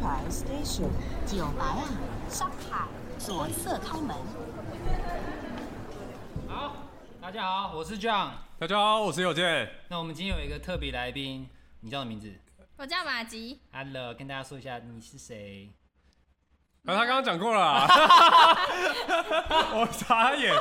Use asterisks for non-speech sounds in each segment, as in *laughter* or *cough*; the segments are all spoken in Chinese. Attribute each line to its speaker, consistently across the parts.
Speaker 1: 牌 station 九白啊，上海左侧开门。
Speaker 2: 好，大家好，我是 John。
Speaker 3: 大家好，我是有健。
Speaker 2: 那我们今天有一个特别来宾，你叫什么名字
Speaker 4: 我叫马吉，
Speaker 2: ？Hello，跟大家说一下你是谁。
Speaker 3: 啊，他刚刚讲过了 *laughs* 啦，我傻眼。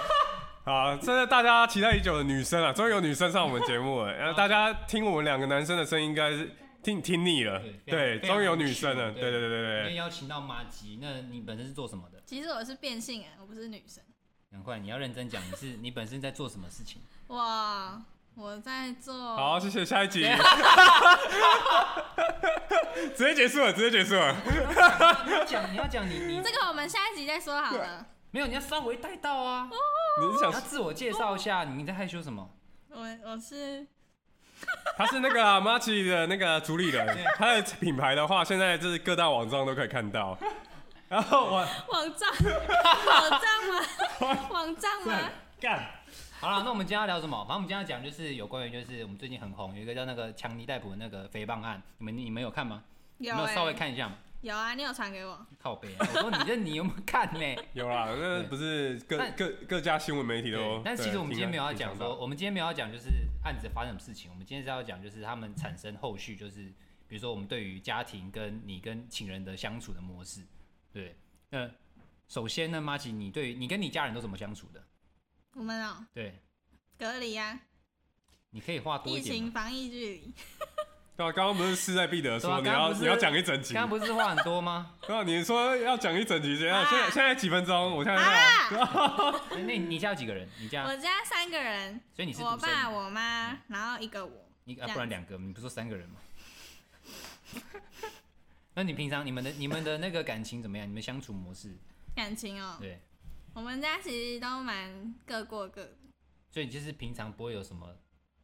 Speaker 3: 好，这是大家期待已久的女生啊，终于有女生上我们节目了。 *laughs* 然后大家听我们两个男生的声音，应该是听听腻了。对，终于有女生了。对对对对
Speaker 2: 今天
Speaker 3: 对。
Speaker 2: 邀请到马吉，那你本身是做什么的？
Speaker 4: 其实我是变性人，我不是女生。
Speaker 2: 赶快，你要认真讲，你是你本身在做什么事情？
Speaker 4: 哇，我在做，
Speaker 3: 好，谢谢，下一集。 *laughs* 直接结束了，直接结束了。
Speaker 2: 你要讲，你要讲，你你
Speaker 4: 这个我们下一集再说好了。
Speaker 2: *laughs* 没有，你要稍微带到啊，
Speaker 3: 你是
Speaker 2: 你要
Speaker 3: 想
Speaker 2: 自我介绍一下，你在害羞什么？
Speaker 4: 我我是
Speaker 3: 他是那个啊 Machi 的那个主理人，他的品牌的话，现在就是各大网站都可以看 *laughs* 到。然后我
Speaker 4: 网
Speaker 2: *laughs*
Speaker 4: 站，网站吗？网站吗？
Speaker 2: 干。好了，那我们今天要聊什么？反正我们今天要讲就是有关于就是我们最近很红有一个叫那个强尼戴普的那个诽谤案，你们你们有看吗？
Speaker 4: 有
Speaker 2: 你们
Speaker 4: 欸
Speaker 2: 有稍微看一下吗？
Speaker 4: 有啊，你有传给我。
Speaker 2: 靠背、啊，我说你这你有没有看呢、*laughs*
Speaker 3: 有啦，那
Speaker 2: 对
Speaker 3: 不是各
Speaker 2: 但
Speaker 3: 各各家新闻媒体都
Speaker 2: 对，。但其实
Speaker 3: 对
Speaker 2: 我们今天没有要讲，
Speaker 3: 挺
Speaker 2: 说，
Speaker 3: 常
Speaker 2: 我们今天没有要讲就是案子发生什么事情，我们今天是要讲就是他们产生后续就是，比如说我们对于家庭跟你跟情人的相处的模式，对，那首先呢，马奇，你对于你跟你家人都怎么相处的？
Speaker 4: 我们哦，
Speaker 2: 对，
Speaker 4: 隔离啊，
Speaker 2: 你可以话多一
Speaker 4: 疫
Speaker 2: 点
Speaker 4: 情
Speaker 2: 吗。
Speaker 4: 防疫距
Speaker 2: *laughs*
Speaker 4: 离。
Speaker 3: 对啊，刚刚不是势在必得
Speaker 2: 对啊
Speaker 3: 说你
Speaker 2: 刚刚
Speaker 3: 要
Speaker 2: 不是
Speaker 3: 你要讲一整集
Speaker 2: 刚，刚不是话很多吗？
Speaker 3: 对啊，你说要讲一整集，怎样？
Speaker 4: 啊
Speaker 3: 现在现在几分钟？我现在
Speaker 4: 啊
Speaker 3: 在啊
Speaker 2: 哎那你你家有几个人？你家
Speaker 4: 我家三个人，
Speaker 2: 所以你是
Speaker 4: 我
Speaker 2: 独生嗯
Speaker 4: 爸、我妈，然后一个我。
Speaker 2: 你
Speaker 4: 这
Speaker 2: 啊，
Speaker 4: 样
Speaker 2: 不然两个，你不是说三个人吗？ *laughs* 那你平常你们的你们的那个感情怎么样？你们相处模式
Speaker 4: 感情哦，
Speaker 2: 对，
Speaker 4: 我们家其实都蛮各过各的。
Speaker 2: 所以就是平常不会有什么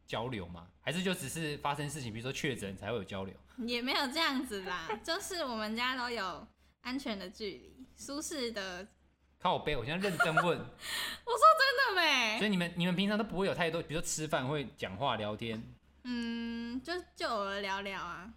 Speaker 2: 交流吗？还是就只是发生事情，比如说确诊才会有交流？
Speaker 4: *laughs* 也没有这样子啦，就是我们家都有安全的距离，舒适的。
Speaker 2: 靠背，我现在认真
Speaker 4: *laughs*
Speaker 2: 问，
Speaker 4: 我说真的
Speaker 2: 所
Speaker 4: 没，
Speaker 2: 以你们你们平常都不会有太多，比如说吃饭会讲话聊天，
Speaker 4: 嗯，就就偶尔聊聊啊，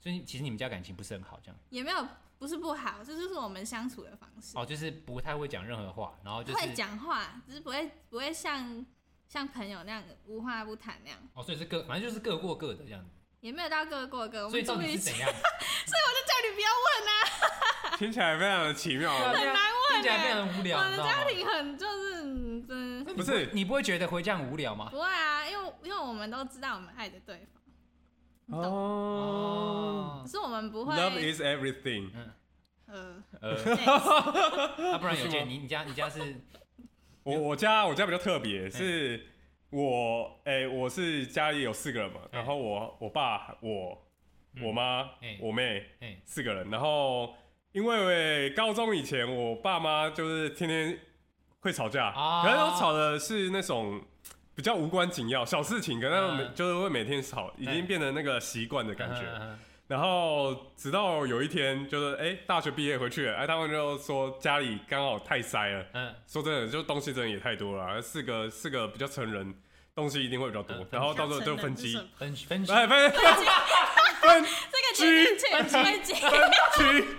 Speaker 2: 所以其实你们家感情不是很好，这样
Speaker 4: 也没有不是不好，这就是我们相处的方式。
Speaker 2: 哦，就是不太会讲任何话，然后就是
Speaker 4: 会讲话，只是不会不会像像朋友那样无话不谈那样，
Speaker 2: 哦，所以是各反正就是各过各的这样子，
Speaker 4: 也没有到各过各。我
Speaker 2: 所以
Speaker 4: 们
Speaker 2: 到
Speaker 4: 终
Speaker 2: 底
Speaker 4: 于，
Speaker 2: 是
Speaker 4: 所
Speaker 2: 怎
Speaker 4: 以
Speaker 2: 样？
Speaker 4: 我就叫你不要问啊，
Speaker 3: 听起来非常的奇妙。
Speaker 2: 很
Speaker 4: *laughs* 很难问
Speaker 2: 啊听起来
Speaker 4: 欸
Speaker 2: 非常无聊，
Speaker 4: 我
Speaker 2: 你
Speaker 4: 的
Speaker 2: 知道吗
Speaker 4: 家庭很就是嗯真
Speaker 3: 不是
Speaker 2: 你不会觉得回家很无聊吗？
Speaker 4: 不会啊，因为因为我们都知道我们爱着对方，
Speaker 2: 嗯
Speaker 3: 哦
Speaker 4: 可是我们不会
Speaker 3: ，Love is everything。
Speaker 4: 呃
Speaker 2: 呃，
Speaker 4: 对
Speaker 2: 啊，不然有件你你家你家是
Speaker 3: 我我家我家比较特
Speaker 2: 哎
Speaker 3: 别，是我哎、我是家里有四个人嘛，
Speaker 2: 哎
Speaker 3: 然后我我爸我我妈
Speaker 2: 哎
Speaker 3: 我妹
Speaker 2: 哎
Speaker 3: 四个人，然后因为高中以前我爸妈就是天天会吵架，
Speaker 2: 啊
Speaker 3: 可是都吵的是那种。比较无关紧要，小事情，可能每
Speaker 2: 嗯
Speaker 3: 就是会每天吵，已
Speaker 2: 对
Speaker 3: 经变成那个习惯的感觉。
Speaker 2: 嗯
Speaker 3: 然后直到有一天，就是哎、大学毕业回去了，哎、他们就说家里刚好太塞了，
Speaker 2: 嗯
Speaker 3: 说真的，就东西真的也太多了，啊四个四个比较成人，东西一定会比较多
Speaker 2: 嗯，
Speaker 3: 然后到时候就分
Speaker 4: 是
Speaker 3: 机
Speaker 4: 什，么
Speaker 2: 分分区
Speaker 3: 哎分 *laughs* 分
Speaker 4: 这个点进去
Speaker 3: *laughs*
Speaker 4: 会接。
Speaker 3: 分区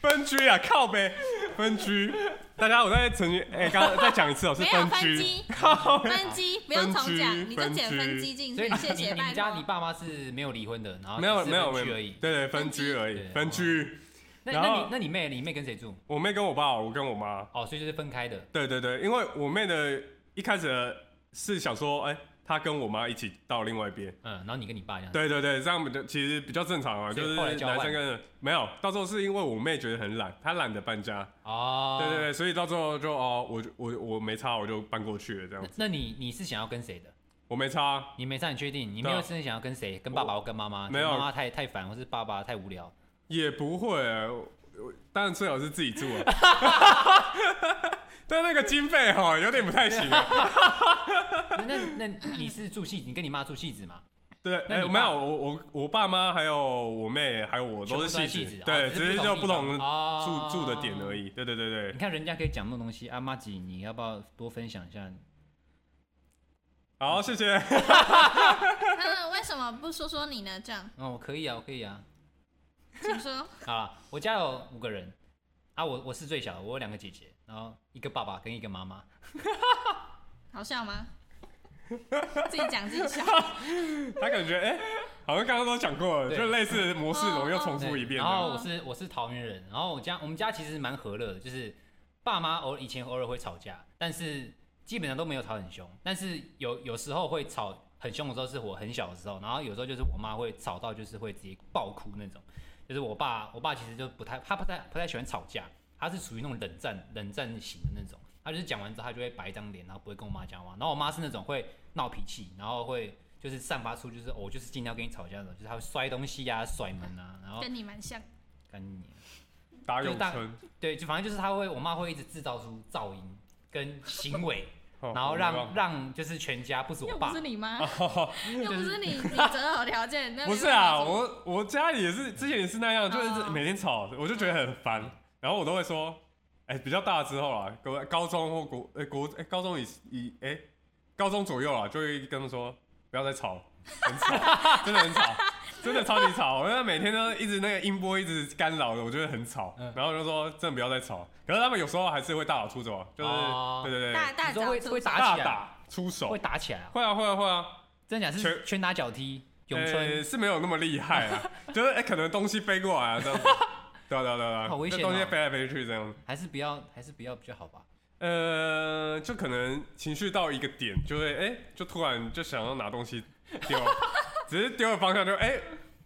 Speaker 3: 分区啊，靠呗，分区。大家我在成员，哎，刚刚再讲一次哦，是
Speaker 4: 没有分
Speaker 3: 区
Speaker 4: 机，
Speaker 3: 靠北
Speaker 4: 分机不用重讲，你就减分机进
Speaker 2: *laughs* 所以
Speaker 4: 去，
Speaker 2: 你
Speaker 4: *laughs* 谢谢
Speaker 2: 你你
Speaker 4: 拜
Speaker 2: 们家你
Speaker 4: 托。
Speaker 2: 爸妈是没有离婚的，然后
Speaker 3: 没有
Speaker 2: 只是
Speaker 3: 没有
Speaker 2: 分居
Speaker 3: 没有
Speaker 2: 而已，。
Speaker 3: 对对，分居而已
Speaker 2: 对，
Speaker 3: 分居。
Speaker 2: 那
Speaker 3: 然
Speaker 2: 那
Speaker 3: 后
Speaker 2: 你那你妹你妹跟谁住？
Speaker 3: 我妹跟我爸，我跟我妈，
Speaker 2: 哦，所以就是分开的。
Speaker 3: 对对对，因为我妹的一开始是想说，哎，她跟我妈一起到另外一边。
Speaker 2: 嗯，然后你跟你爸这样。
Speaker 3: 对对对，这样比较其实比较正常啊，
Speaker 2: 所
Speaker 3: 就
Speaker 2: 以
Speaker 3: 是
Speaker 2: 后来
Speaker 3: 男
Speaker 2: 交换
Speaker 3: 生跟没有，到时候是因为我妹觉得很懒，她懒得搬家，
Speaker 2: 哦，
Speaker 3: 对对对，所以到最后就哦，我就我我没差，我就搬过去了这样
Speaker 2: 那
Speaker 3: 子，
Speaker 2: 那你你是想要跟谁的？
Speaker 3: 我没差，啊
Speaker 2: 你没上，你确定？你没
Speaker 3: 对啊
Speaker 2: 有真的想要跟谁？跟爸爸或跟妈妈？
Speaker 3: 没有
Speaker 2: 妈妈太太烦，或是爸爸太无聊。
Speaker 3: 也不会、我我当然最好是自己住
Speaker 2: *laughs*
Speaker 3: 啊，但那个经费哈有点不太行、
Speaker 2: *laughs*
Speaker 3: 啊，
Speaker 2: 那那那你是住戏，你跟你妈住戏子嘛？
Speaker 3: 对，
Speaker 2: 那
Speaker 3: 哎、
Speaker 2: 你爸
Speaker 3: 没有，我我我爸妈还有我妹还有我
Speaker 2: 全
Speaker 3: 都是
Speaker 2: 部都是
Speaker 3: 戏
Speaker 2: 戏子
Speaker 3: 对，
Speaker 2: 哦
Speaker 3: 只是
Speaker 2: 只是
Speaker 3: 就
Speaker 2: 不
Speaker 3: 不
Speaker 2: 同
Speaker 3: 同
Speaker 2: 地
Speaker 3: 住、
Speaker 2: 方哦
Speaker 3: 住的点而已，对对对对
Speaker 2: 你，看人家可以讲那种东西，啊阿妈吉，你要不要多分享一下？
Speaker 3: 好，谢谢。 *laughs*
Speaker 4: 他们为什么不说说你呢？这样
Speaker 2: 哦，可以啊，我可以啊。
Speaker 4: 请说，
Speaker 2: 好了，我家有五个人啊，我我是最小的，我有两个姐姐，然后一个爸爸跟一个妈妈。
Speaker 4: 好笑吗？自己讲自己笑，
Speaker 3: 他感觉哎、好像刚刚都讲过了，
Speaker 2: 对
Speaker 3: 就类似的模式，
Speaker 4: 哦
Speaker 3: 我又重复
Speaker 2: 对
Speaker 3: 一遍
Speaker 2: 然
Speaker 3: 这样。
Speaker 2: 后我是我是桃园人，然后我家我们家其实蛮和乐的，就是爸妈偶以前偶尔会吵架，但是基本上都没有吵很凶。但是有有时候会吵很凶的时候，是我很小的时候，然后有时候就是我妈会吵到就是会直接爆哭那种。就是我爸，我爸其实就不太他不太不太喜欢吵架，他是属于那种冷战冷战型的那种。他就是讲完之后，他就会白一张脸，然后不会跟我妈讲话。然后我妈是那种会闹脾气，然后会就是散发出就是、哦我就是今天要跟你吵架的，就是她会摔东西呀、甩门啊，然后
Speaker 4: 跟你蛮像。
Speaker 2: 干你
Speaker 3: 啊
Speaker 2: 娘！
Speaker 3: 打
Speaker 2: 就
Speaker 3: 咏
Speaker 2: 是大
Speaker 3: 春，
Speaker 2: 对，就反正就是他会，我妈会一直制造出噪音跟行为，
Speaker 3: *laughs* 哦
Speaker 2: 然后
Speaker 3: 我
Speaker 2: 让
Speaker 3: 没
Speaker 2: 让就是全家不止我
Speaker 4: 又
Speaker 2: 爸
Speaker 4: 不是，你妈，
Speaker 3: 办法
Speaker 4: 又不是你，你择偶条件那
Speaker 3: 不是啊，我我家里也是，之前也是那样，就
Speaker 4: 哦
Speaker 3: 是每天吵，我就觉得很烦，然后我都会说，哎、比较大之后啦，高高中或国哎、国哎、高中以以哎、高中左右啦，就会跟他们说不要再吵，很吵，真的很吵，真的超级吵，我那每天都一直那个音波一直干扰的，我觉得很吵，
Speaker 2: 嗯
Speaker 3: 然后就说真的不要再吵，可是他们有时候还是会大打出手，啊就是、
Speaker 2: 哦
Speaker 3: 对对对，
Speaker 4: 大大
Speaker 2: 你说
Speaker 4: 早
Speaker 2: 会
Speaker 4: 出
Speaker 2: 会
Speaker 4: 手
Speaker 2: 打
Speaker 3: 大
Speaker 2: 起来
Speaker 3: 打出手
Speaker 2: 会，打起来啊！
Speaker 3: 会啊会啊会啊，
Speaker 2: 真的假的是
Speaker 3: 全
Speaker 2: 拳打脚踢，咏
Speaker 3: 呃
Speaker 2: 春
Speaker 3: 是没有那么厉害
Speaker 2: *laughs*
Speaker 3: 啊，就是哎、可能东西飞过来啊，这样子，对啊对啊对啊对啊，
Speaker 2: 好危险哦
Speaker 3: 那东西飞来飞去这样子，
Speaker 2: 还是不要还是不要比较好吧？
Speaker 3: 呃，就可能情绪到一个点，就会哎、就突然就想要拿东西丢，
Speaker 2: *laughs*
Speaker 3: 只是丢的方向就哎、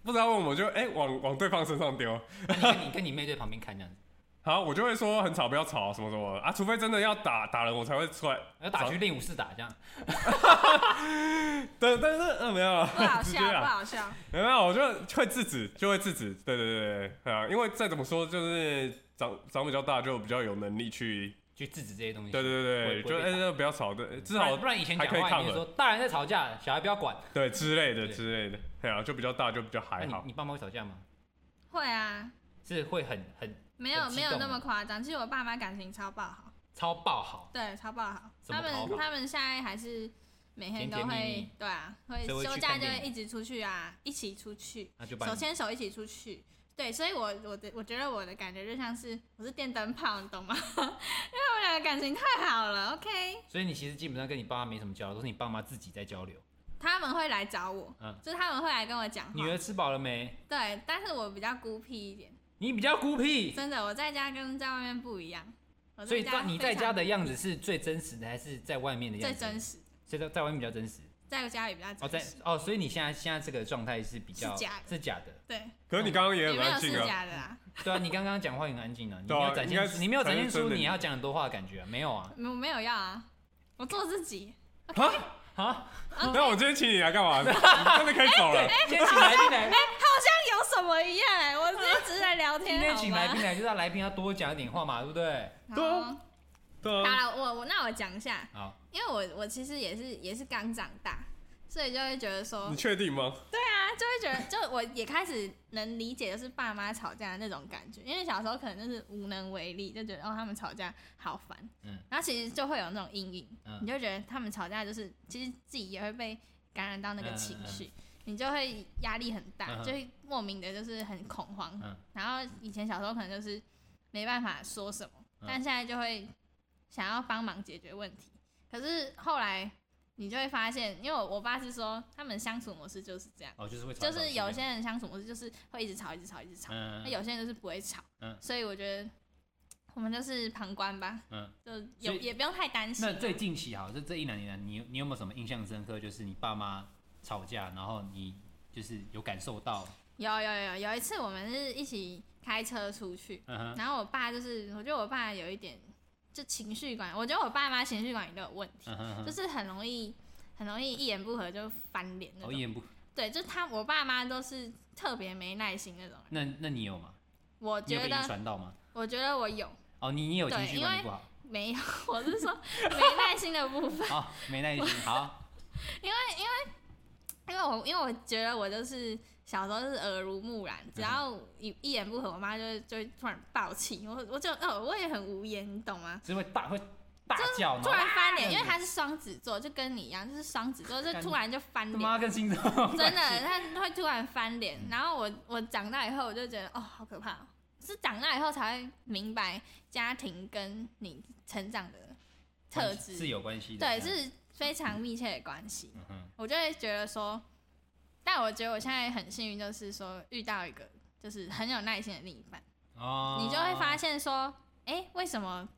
Speaker 3: 不知道为什么就哎、往往对方身上丢，
Speaker 2: 那你
Speaker 3: *laughs*
Speaker 2: 跟你跟你妹在旁边看这样子，
Speaker 3: 好，我就会说很吵，不要吵什么什么的啊，除非真的要打打人，我才会出来，
Speaker 2: 要打去练武室打这样，
Speaker 3: 对，但是呃没有啊，
Speaker 4: 不好
Speaker 3: 直 *laughs*
Speaker 4: 笑，
Speaker 3: 接
Speaker 4: 不
Speaker 3: 啊
Speaker 4: 好笑。
Speaker 3: 没有，我就会制止，就会制止。对对对对啊，因为再怎么说，就是长长比较大，就比较有能力去。
Speaker 2: 去制止这些东西。
Speaker 3: 对对对对，
Speaker 2: 不会
Speaker 3: 就
Speaker 2: 不会被
Speaker 3: 哎，
Speaker 2: 打
Speaker 3: 那不要吵，对，
Speaker 2: 嗯
Speaker 3: 至
Speaker 2: 不
Speaker 3: 少
Speaker 2: 然不然以前
Speaker 3: 还
Speaker 2: 讲
Speaker 3: 可以
Speaker 2: 话
Speaker 3: 抗
Speaker 2: 你就说
Speaker 3: 衡，
Speaker 2: 大人在吵架，小孩不要管。
Speaker 3: 对之类的
Speaker 2: 对
Speaker 3: 之类的。对啊，就比较大，就比较
Speaker 2: 那
Speaker 3: 还
Speaker 2: 你
Speaker 3: 好。
Speaker 2: 你爸妈会吵架吗？
Speaker 4: 会啊，
Speaker 2: 是会很很
Speaker 4: 没有
Speaker 2: 很激
Speaker 4: 没有
Speaker 2: 动
Speaker 4: 那
Speaker 2: 吗
Speaker 4: 么夸张。其实我爸妈感情超爆好，
Speaker 2: 超爆好，
Speaker 4: 对，超爆好。
Speaker 2: 怎么
Speaker 4: 他
Speaker 2: 爆
Speaker 4: 们
Speaker 2: 好
Speaker 4: 他们现在还是每天
Speaker 2: 甜
Speaker 4: 都
Speaker 2: 甜蜜
Speaker 4: 会
Speaker 2: 蜜，
Speaker 4: 对啊，会
Speaker 2: 所以会
Speaker 4: 休
Speaker 2: 去
Speaker 4: 假
Speaker 2: 看
Speaker 4: 就
Speaker 2: 电
Speaker 4: 会一直出去啊，一起出去，
Speaker 2: 那就把
Speaker 4: 手
Speaker 2: 你
Speaker 4: 牵手一起出去。对，所以我我的我觉得我的感觉就像是我是电灯泡，你懂吗？因 *laughs* 为我们两个感情太好了，OK。
Speaker 2: 所以你其实基本上跟你爸妈没什么交流，都是你爸妈自己在交流。
Speaker 4: 他们会来找我，
Speaker 2: 嗯
Speaker 4: 就是他们会来跟我讲话。
Speaker 2: 女儿吃饱了没？
Speaker 4: 对，但是我比较孤僻一点，
Speaker 2: 你比较孤僻，
Speaker 4: 真的，我在家跟在外面不一样。我
Speaker 2: 所以
Speaker 4: 家
Speaker 2: 在你
Speaker 4: 非
Speaker 2: 在
Speaker 4: 常
Speaker 2: 家的样子是最真实的，还是在外面的样
Speaker 4: 最
Speaker 2: 子？
Speaker 4: 真实，
Speaker 2: 所以在在外面比较真实。
Speaker 4: 在家里比较
Speaker 2: 哦，
Speaker 4: 真
Speaker 2: 在
Speaker 4: 实。
Speaker 2: 哦，所以你现在现在这个状态是比较
Speaker 4: 是假的
Speaker 2: 是假的，
Speaker 4: 对，
Speaker 3: 可是你刚刚也
Speaker 4: 也
Speaker 2: 嗯
Speaker 3: 很
Speaker 4: 没有
Speaker 3: 安
Speaker 4: 是
Speaker 3: 静啊，
Speaker 4: 假的啦，
Speaker 2: 对啊，你刚刚讲话很安静啊，你
Speaker 3: 对啊
Speaker 2: 没有展
Speaker 3: 应该
Speaker 2: 现，
Speaker 3: 是
Speaker 2: 你没有展现
Speaker 3: 才是
Speaker 2: 出
Speaker 3: 真的
Speaker 2: 你要讲很多话的感觉啊，没有啊，
Speaker 4: 我没有要啊，我做自己。哎
Speaker 2: 啊，
Speaker 3: 那我今天请你来干嘛？你真的可以走了。
Speaker 2: 今天请来宾来
Speaker 4: 哎、，好像有什么一样哎、我 *laughs* 今天只是在聊
Speaker 2: 今
Speaker 4: 天，
Speaker 2: 天
Speaker 4: 好
Speaker 2: 请来
Speaker 4: 吗？
Speaker 2: 宾来就是要来宾要多讲一点话嘛，对不对？
Speaker 3: 对啊
Speaker 4: 好
Speaker 3: 对啊，
Speaker 4: 好了，我我那我讲一下，
Speaker 2: 好，
Speaker 4: 因为我我其实也是也是刚长大，所以就会觉得说
Speaker 3: 你，确定吗？
Speaker 4: 对啊，就会觉得，就我也开始能理解，就是爸妈吵架的那种感觉，因为小时候可能就是无能为力，就觉得哦他们吵架好烦，
Speaker 2: 嗯
Speaker 4: 然后其实就会有那种阴影，
Speaker 2: 嗯
Speaker 4: 你就觉得他们吵架就是其实自己也会被感染到那个情
Speaker 2: 嗯嗯嗯
Speaker 4: 绪，你就会压力很大，
Speaker 2: 嗯哼
Speaker 4: 就会莫名的就是很恐慌，
Speaker 2: 嗯
Speaker 4: 然后以前小时候可能就是没办法说什么，
Speaker 2: 嗯
Speaker 4: 但现在就会想要帮忙解决问题。可是后来你就会发现，因为我我爸是说他们相处模式就是这样，
Speaker 2: 哦，就是会吵
Speaker 4: 就
Speaker 2: 架
Speaker 4: 是有些人相处模式就是会一直吵，一直吵，一直吵，
Speaker 2: 嗯
Speaker 4: 那、，有些人就是不会吵，
Speaker 2: 嗯
Speaker 4: 所以我觉得我们就是旁观吧，
Speaker 2: 嗯
Speaker 4: 就
Speaker 2: 所
Speaker 4: 有
Speaker 2: 以
Speaker 4: 也不用太担心啊
Speaker 2: 那。最近期好，就这一两年来，你有你有没有什么印象深刻？就是你爸妈吵架，然后你就是有感受到，
Speaker 4: 有有有有一次我们是一起开车出去，
Speaker 2: 嗯哼，
Speaker 4: 然后我爸就是，我觉得我爸有一点就情绪管，我觉得我爸妈情绪管理都有问题，
Speaker 2: 嗯哼嗯
Speaker 4: 就
Speaker 2: 哼，
Speaker 4: 是很容易很容易一言不合就翻脸那
Speaker 2: 哦，
Speaker 4: 种。
Speaker 2: 一言不，
Speaker 4: 对，就他我爸妈都是特别没耐心那种人。
Speaker 2: 那那你有吗？
Speaker 4: 我
Speaker 2: 你有
Speaker 4: 觉
Speaker 2: 被遗
Speaker 4: 得，
Speaker 2: 传到吗？
Speaker 4: 我觉得我有
Speaker 2: 哦，你你有情
Speaker 4: 对
Speaker 2: 绪
Speaker 4: 因
Speaker 2: 管理
Speaker 4: 为
Speaker 2: 不好，
Speaker 4: 没有？ *laughs* 我是说没耐心的部分，
Speaker 2: 好，没耐
Speaker 4: *laughs*
Speaker 2: 心，好，
Speaker 4: 因为我因为我觉得我就是小时候是耳濡目染，
Speaker 2: 嗯
Speaker 4: 只要一一言不合，我妈就会就会突然暴气，我我就哦我也很无言，你懂吗？
Speaker 2: 是会大会大叫，然
Speaker 4: 突
Speaker 2: 后
Speaker 4: 然翻
Speaker 2: 嗯
Speaker 4: 脸，因为他是双子座，就跟你一样，就是双子座，就突然就翻
Speaker 2: 他
Speaker 4: 脸，
Speaker 2: 妈跟嗯星座有
Speaker 4: 真
Speaker 2: 关
Speaker 4: 的，
Speaker 2: 系
Speaker 4: 他会突然翻脸。然后我我长大以后，我就觉得哦，好可怕哦、是长大以后才会明白家庭跟你成长的特质
Speaker 2: 是有关系的，
Speaker 4: 对，
Speaker 2: 这样
Speaker 4: 是非常密切的关系。
Speaker 2: 嗯哼
Speaker 4: 我就会觉得说，但我觉得我现在很幸运，就是说遇到一个就是很有耐心的另一半，
Speaker 2: 哦，
Speaker 4: 你就会发现说，哎、为什么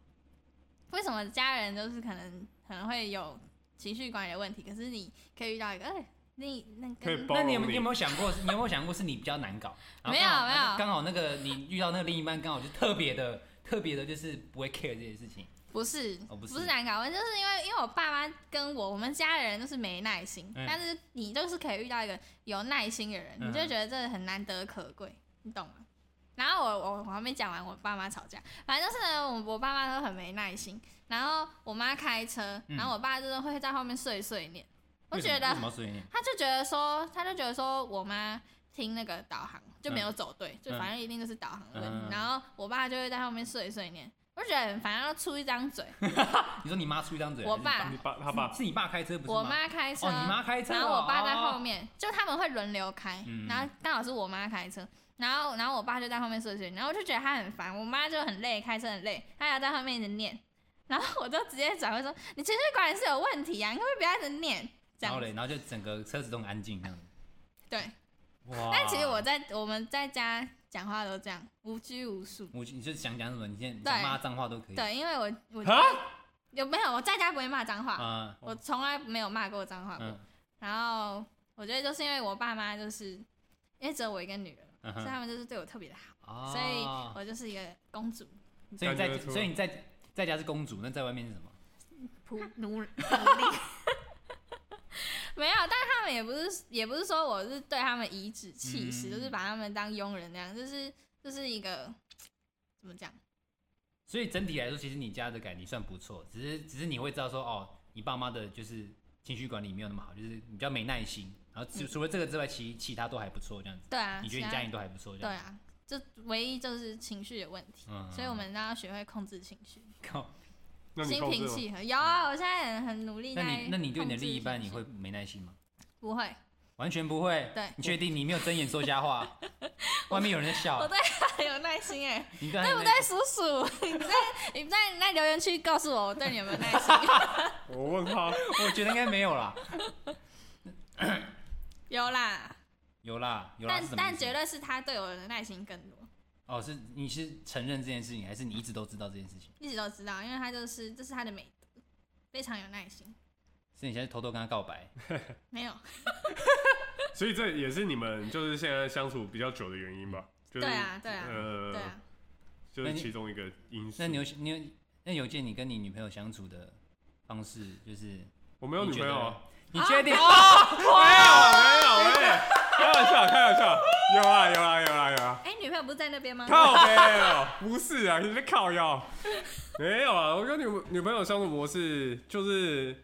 Speaker 4: 为什么家人就是可能可能会有情绪管理的问题，可是你可以遇到一个，哎、你那
Speaker 3: 可以
Speaker 4: 个
Speaker 3: 包
Speaker 2: 那你有
Speaker 3: 容
Speaker 2: 没有你有
Speaker 3: 你
Speaker 2: 没有想过，你有没有想过是你比较难搞？然后
Speaker 4: 没有
Speaker 2: 刚好
Speaker 4: 没有
Speaker 2: 啊刚好那个你遇到那个另一半，刚好就特别的特别的，就是不会 care 这些事情。
Speaker 4: 不是、
Speaker 2: 哦不是
Speaker 4: 难搞，我就是因为因为我爸妈跟我我们家人都是没耐心，
Speaker 2: 嗯
Speaker 4: 但是你就是可以遇到一个有耐心的人，
Speaker 2: 嗯
Speaker 4: 你就觉得这很难得可贵，你懂吗？然后我我我还没讲完，我爸妈吵架，反正就是呢，我我爸妈都很没耐心，然后我妈开车，
Speaker 2: 嗯
Speaker 4: 然后我爸就是会在后面碎碎念，我
Speaker 2: 为什么
Speaker 4: 觉得
Speaker 2: 为什么要碎念？
Speaker 4: 他就觉得说，他就觉得说我妈听那个导航就没有走对，就
Speaker 2: 嗯
Speaker 4: 反正一定就是导航的问题。
Speaker 2: 嗯
Speaker 4: 然后我爸就会在后面碎碎念，我就觉得反正要出一张嘴。
Speaker 2: 你说你妈出一张嘴，
Speaker 4: 我
Speaker 2: 还是
Speaker 4: 爸
Speaker 2: 你
Speaker 3: 爸他
Speaker 2: 爸
Speaker 3: 爸
Speaker 2: 是是你爸开车不是吗？
Speaker 4: 我妈开车，
Speaker 2: 哦，你妈开车哦，
Speaker 4: 然后我爸在后
Speaker 2: 哦。
Speaker 4: 面，就他们会轮流开，
Speaker 2: 嗯
Speaker 4: 然后刚好是我妈开车，然后然后我爸就在后面碎碎念，然后我就觉得他很烦，我妈就很累，开车很累，她要在后面一直念，然后我就直接转过说，你情绪管理是有问题啊，你可不可以不要一直念？这
Speaker 2: 然后
Speaker 4: 样
Speaker 2: 嘞，
Speaker 4: 子
Speaker 2: 然后就整个车子都很安静这
Speaker 4: *laughs*
Speaker 2: 样子。
Speaker 4: 对，
Speaker 2: 哇！
Speaker 4: 但其实我在我们在家讲话都这样，无拘无束。
Speaker 2: 我你就想讲什么，你现
Speaker 4: 对
Speaker 2: 在想骂脏话都可以。
Speaker 4: 对，因为我
Speaker 2: 嗯
Speaker 4: 我
Speaker 3: 啊，
Speaker 4: 有没有我在家不会骂脏话，
Speaker 2: 啊，
Speaker 4: 我从来没有骂过脏话过。
Speaker 2: 嗯
Speaker 4: 然后我觉得就是因为我爸妈就是因为只有我一个女儿，
Speaker 2: 嗯
Speaker 4: 所以
Speaker 2: 哼，
Speaker 4: 他们就是对我特别的好，
Speaker 2: 哦
Speaker 4: 所以我就是一个公主
Speaker 2: 所以你
Speaker 3: 感觉
Speaker 2: 在
Speaker 3: 得出来
Speaker 2: 所以你在在家是公主，那在外面是什么？
Speaker 4: 仆奴奴隶。没有，但他们也不是也不是说我是对他们颐指气使，
Speaker 2: 嗯
Speaker 4: 就是把他们当佣人那样，就是就是一个怎么讲？
Speaker 2: 所以整体来说，其实你家的感情算不错，只是只是你会知道说，哦，你爸妈的就是情绪管理没有那么好，就是比较没耐心。然后除除了这个之外，其其他都还不错，这样子。
Speaker 4: 对嗯啊，
Speaker 2: 你觉得你
Speaker 4: 其他
Speaker 2: 家庭都还不错，这
Speaker 4: 对
Speaker 2: 样子？
Speaker 4: 啊，就唯一就是情绪的问题，
Speaker 2: 嗯
Speaker 4: 所以我们都要学会控制情绪，
Speaker 2: 靠，
Speaker 3: 那你
Speaker 4: 心
Speaker 3: 控制
Speaker 4: 平
Speaker 3: 吗？
Speaker 4: 气和。有啊，我现在很很努力
Speaker 2: 那
Speaker 4: 在
Speaker 2: 你那你对你的
Speaker 4: 控制
Speaker 2: 另一半，
Speaker 4: 情
Speaker 2: 你
Speaker 4: 绪
Speaker 2: 会没耐心吗？
Speaker 4: 不会？
Speaker 2: 完全不会。
Speaker 4: 对
Speaker 2: 你确定你没有睁眼说瞎
Speaker 4: *laughs*
Speaker 2: 话？外面有人在
Speaker 4: 我
Speaker 2: 笑，啊
Speaker 4: 对 *laughs* 他很有耐心哎，
Speaker 2: 你对他
Speaker 4: 对
Speaker 2: 有
Speaker 4: 不
Speaker 2: 耐
Speaker 4: 对，叔叔？ *laughs* 你在你在你在留言区告诉我，我对你有没有耐心？ *laughs*
Speaker 3: 我问他，
Speaker 2: 我觉得应该没有啦，
Speaker 4: 有啦，
Speaker 2: 有啦，有啦。
Speaker 4: 但
Speaker 2: 是什么意
Speaker 4: 但
Speaker 2: 思
Speaker 4: 绝对是他对我的耐心更多，
Speaker 2: 哦，是你是承认这件事情，还是你一直都知道这件事情？
Speaker 4: 一直都知道，因为他就是这是他的美德，非常有耐心。
Speaker 2: 所以你现在偷偷跟他告白？
Speaker 4: 没有，
Speaker 2: 呃
Speaker 3: 所以这也是你们就是现在相处比较久的原因吧？就是
Speaker 4: 对啊对啊
Speaker 3: 呃，
Speaker 4: 对啊，
Speaker 3: 就
Speaker 2: 那
Speaker 3: 是
Speaker 2: 你
Speaker 3: 其中一个因素。
Speaker 2: 那你有你有那有见你跟你女朋友相处的方式，就是
Speaker 3: 我没有女朋友啊，
Speaker 2: 你觉得，你确定？
Speaker 4: 啊
Speaker 3: 没有没有没有，开玩笑开玩笑，有啊有啊有啊有啊，
Speaker 4: 哎，女朋友不是在那边吗？
Speaker 3: 靠没有，不是啊，你在靠腰，没有啊，我跟女女朋友相处模式就是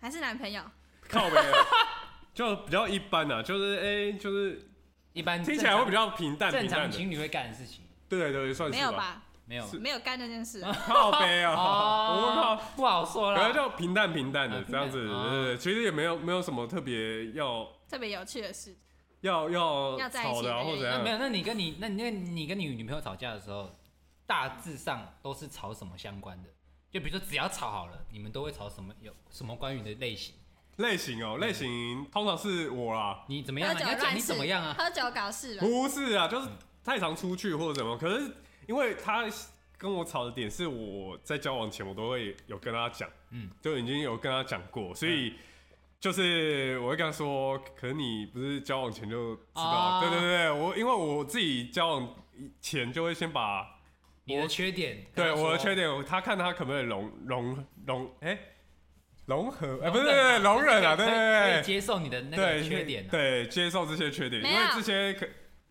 Speaker 4: 还是男朋友？
Speaker 3: 靠没有，
Speaker 2: *laughs*
Speaker 3: 就比较一般啊，就是哎、就是
Speaker 2: 一般
Speaker 3: 听起来会比
Speaker 2: 较
Speaker 3: 较平淡
Speaker 2: 正
Speaker 3: 平淡
Speaker 2: 常
Speaker 3: 的，
Speaker 2: 情侣会干的事情，
Speaker 3: 对对算是
Speaker 4: 没有？吧？
Speaker 2: 没有
Speaker 3: 是
Speaker 4: 没有干这件事。
Speaker 3: 靠背啊，我靠。
Speaker 2: 哦，不好说
Speaker 3: 然后
Speaker 2: 了。
Speaker 3: 就平淡平淡
Speaker 2: 啊
Speaker 3: 的
Speaker 2: 平
Speaker 3: 这
Speaker 2: 淡
Speaker 3: 样子，
Speaker 2: 啊
Speaker 3: 对对对，其实也没有没有什么特别要
Speaker 4: 特别有趣的事，
Speaker 3: 要
Speaker 4: 要
Speaker 3: 要
Speaker 4: 在一
Speaker 3: 吵
Speaker 4: 起
Speaker 3: 的啊
Speaker 4: 的
Speaker 3: 或怎
Speaker 4: 原
Speaker 2: 那
Speaker 3: 样
Speaker 2: 没。有，那你跟你那你那你跟你女朋友吵架的时候，大致上都是吵什么相关的？就比如说只要吵好了，你们都会吵什么？有什么关于你的类型？
Speaker 3: 类型
Speaker 2: 嗯
Speaker 3: 哦，类型通常是我啦，
Speaker 2: 你怎么样、
Speaker 4: 喝
Speaker 2: 啊？
Speaker 4: 酒
Speaker 2: 你要讲
Speaker 4: 乱
Speaker 2: 你
Speaker 4: 事，
Speaker 2: 怎么样啊？嗯
Speaker 4: 喝酒搞事吧。
Speaker 3: 不是啊，就是太常出去或者怎么。可是因为他跟我吵的点是我在交往前我都会有跟他讲，
Speaker 2: 嗯
Speaker 3: 嗯，就已经有跟他讲过，所以。就是我会跟他说，可能你不是交往前就知道，
Speaker 2: 啊
Speaker 3: 对对对，我因为我自己交往前就会先把
Speaker 2: 你的缺点？
Speaker 3: 对
Speaker 2: 跟她说
Speaker 3: 我的缺点，我他看他可不可以融融融，哎、融合，哎、不是
Speaker 2: 容忍啊
Speaker 3: 容忍啊，对
Speaker 2: 可以可以
Speaker 3: 对对
Speaker 2: 接受你的那个
Speaker 3: 对，
Speaker 2: 缺点、啊。
Speaker 3: 对，接受这些缺点，因
Speaker 4: 没有
Speaker 3: 为这些可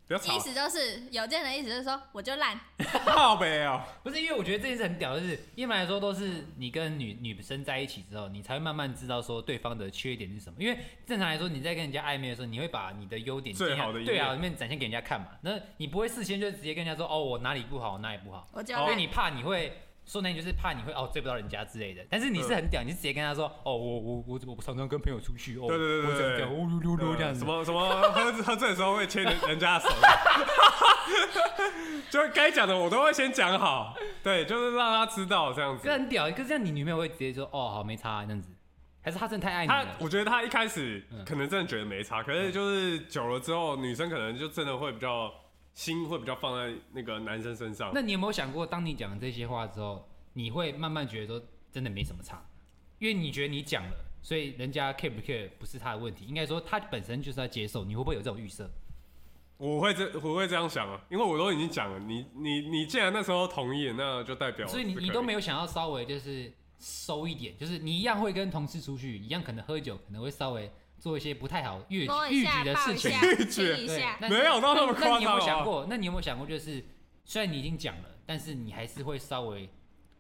Speaker 3: 不要
Speaker 4: 意
Speaker 3: 吵，
Speaker 4: 思就是有见人的意思就是说我就烂，
Speaker 3: 靠呗哦，
Speaker 2: 不是因为我觉得这件事很屌，就是一般来说都是你跟女女生在一起之后，你才会慢慢知道说对方的缺点是什么。因为正常来说，你在跟人家暧昧的时候，你会把你的优点
Speaker 3: 最
Speaker 2: 尽量
Speaker 3: 好的一面
Speaker 2: 对啊里面展现给人家看嘛。那你不会事先就直接跟人家说哦，我哪里不好，我哪里不好，
Speaker 4: 我就
Speaker 2: 因为
Speaker 4: 烂。
Speaker 2: 你怕你会说难听就是怕你会哦追不到人家之类的，但是你是
Speaker 3: 嗯
Speaker 2: 很屌，你是直接跟他说哦我我我我常常跟朋友出去哦，
Speaker 3: 对对对
Speaker 2: 我怎
Speaker 3: 对
Speaker 2: 么
Speaker 3: 对，
Speaker 2: 样哦溜溜溜
Speaker 3: 呃
Speaker 2: 这样子
Speaker 3: 什么什么喝喝醉的时候会牵人人家的手， *laughs* 就是该讲的我都会先讲好，对，就是让他知道这样
Speaker 2: 这
Speaker 3: 子。
Speaker 2: 很屌，可是这样你女朋友会直接说哦好没差这样子，还是她真的太爱你
Speaker 3: 他
Speaker 2: 了？
Speaker 3: 我觉得他一开始
Speaker 2: 嗯
Speaker 3: 可能真的觉得没差，可是就是久了之后，女生可能就真的会比较心会比较放在那个男生身上。
Speaker 2: 那你有没有想过，当你讲这些话之后，你会慢慢觉得说真的没什么差，因为你觉得你讲了，所以人家 care 不 care 不是他的问题，应该说他本身就是要接受，你会不会有这种预设？
Speaker 3: 我会这我会这样想啊，因为我都已经讲了，你你你既然那时候同意，那就代表
Speaker 2: 所以你
Speaker 3: 是
Speaker 2: 你
Speaker 3: 可
Speaker 2: 都没有想要稍微就是收一点，就是你一样会跟同事出去，一样可能喝酒，可能会稍微做一些不太好越矩
Speaker 4: 摸一
Speaker 2: 越
Speaker 4: 下
Speaker 2: 矩的
Speaker 4: 抱
Speaker 2: 事
Speaker 4: 一
Speaker 2: 情
Speaker 4: 下，
Speaker 3: 越
Speaker 4: 亲
Speaker 3: 矩
Speaker 4: 一
Speaker 2: 对 *laughs*
Speaker 4: 下，
Speaker 2: 那
Speaker 3: 没有到那
Speaker 2: 那
Speaker 3: 么夸
Speaker 2: 你有没
Speaker 3: 张
Speaker 2: 有想
Speaker 3: 啊。
Speaker 2: 过？那你有没有想过，就是虽然你已经讲了，但是你还是会稍微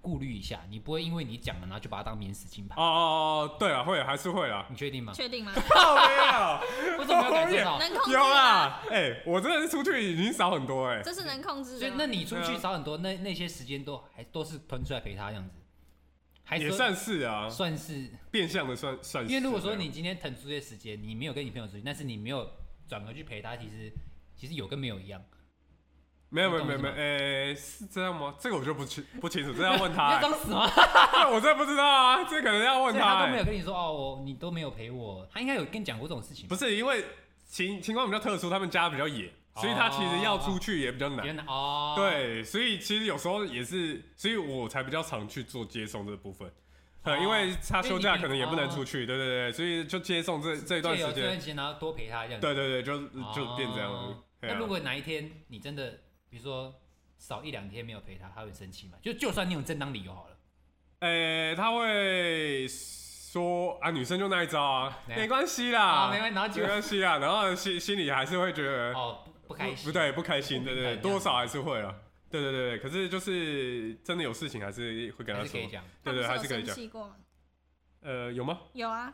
Speaker 2: 顾虑一下，你不会因为你讲了，然后就把它当免死金牌。
Speaker 3: 哦哦哦，对啊，会啊还是会啊，
Speaker 2: 你确定吗？
Speaker 4: 确定吗？
Speaker 3: *laughs* 靠啊呀，
Speaker 2: *laughs* 我怎么哦没有感受到？
Speaker 4: 能控制
Speaker 3: *laughs* 有
Speaker 4: 吗？
Speaker 3: 啦，哎、我真的是出去已经少很多哎、
Speaker 4: 这是能控制
Speaker 2: 所以
Speaker 4: 的
Speaker 2: 那
Speaker 4: 吗。
Speaker 2: 你出
Speaker 3: 对
Speaker 2: 去
Speaker 3: 啊
Speaker 2: 少很多，那那些时间都还都是腾出来陪他这样子，还
Speaker 3: 也
Speaker 2: 说
Speaker 3: 算是啊，
Speaker 2: 算是。
Speaker 3: 变相的算算是。啊
Speaker 2: 因为如果说你今天腾出这些时间，你没有跟你朋友出去，但是你没有转而去陪他，其实其实有跟没有一样。
Speaker 3: 没有没有
Speaker 2: 你
Speaker 3: 没有
Speaker 2: 懂是
Speaker 3: 没有，
Speaker 2: 吗
Speaker 3: 哎、是这样吗？这个我就
Speaker 2: *laughs*
Speaker 3: 不清不清楚，这要问
Speaker 2: 你要
Speaker 3: 他、 *laughs*
Speaker 2: 装死吗？
Speaker 3: 欸，我真的不知道啊，这可能要问
Speaker 2: 所以他都
Speaker 3: 欸
Speaker 2: 没有跟你说哦，我你都没有陪我，他应该有跟你讲过这种事情吧。
Speaker 3: 不是因为情情况比较特殊，他们家比较野，所以他其实要出去也比较难。
Speaker 2: 原来哦，，
Speaker 3: 啊对，所以其实有时候也是，所以我才比较常去做接送这部分。呃，
Speaker 2: 哦
Speaker 3: 因为他
Speaker 2: 因为
Speaker 3: 休
Speaker 2: 你
Speaker 3: 假
Speaker 2: 平
Speaker 3: 可能也不能
Speaker 2: 哦
Speaker 3: 出去，对对对，所以就接送这这一段时
Speaker 2: 这
Speaker 3: 间
Speaker 2: 段，时间然后多陪他这样子。
Speaker 3: 对对对，就
Speaker 2: 哦，
Speaker 3: 就变这样而已。对啊
Speaker 2: 那如果哪一天你真的，比如说少一两天没有陪他，他会生气吗？就就算你有正当理由好了，
Speaker 3: 诶、他会说啊，女生就那一招啊，
Speaker 2: 怎样
Speaker 3: 没关系啦，
Speaker 2: 啊没关系然后结
Speaker 3: 没
Speaker 2: 果
Speaker 3: 关系啦，然后心心里还是会觉得
Speaker 2: 哦，不不开心，
Speaker 3: 不对，不开心，
Speaker 2: 不
Speaker 3: 对
Speaker 2: 敏
Speaker 3: 对
Speaker 2: 感
Speaker 3: 对，
Speaker 2: 这样
Speaker 3: 多少还是会啦，啊对对对对，可是就是真的有事情还是会跟他
Speaker 2: 还是可
Speaker 3: 说
Speaker 2: 以，讲。
Speaker 3: 对对，
Speaker 4: 他
Speaker 3: 还
Speaker 4: 不
Speaker 3: 是
Speaker 4: 是
Speaker 3: 可
Speaker 4: 有
Speaker 3: 以
Speaker 4: 生
Speaker 3: 讲。
Speaker 4: 气过吗？
Speaker 3: 呃，有吗？
Speaker 4: 有啊，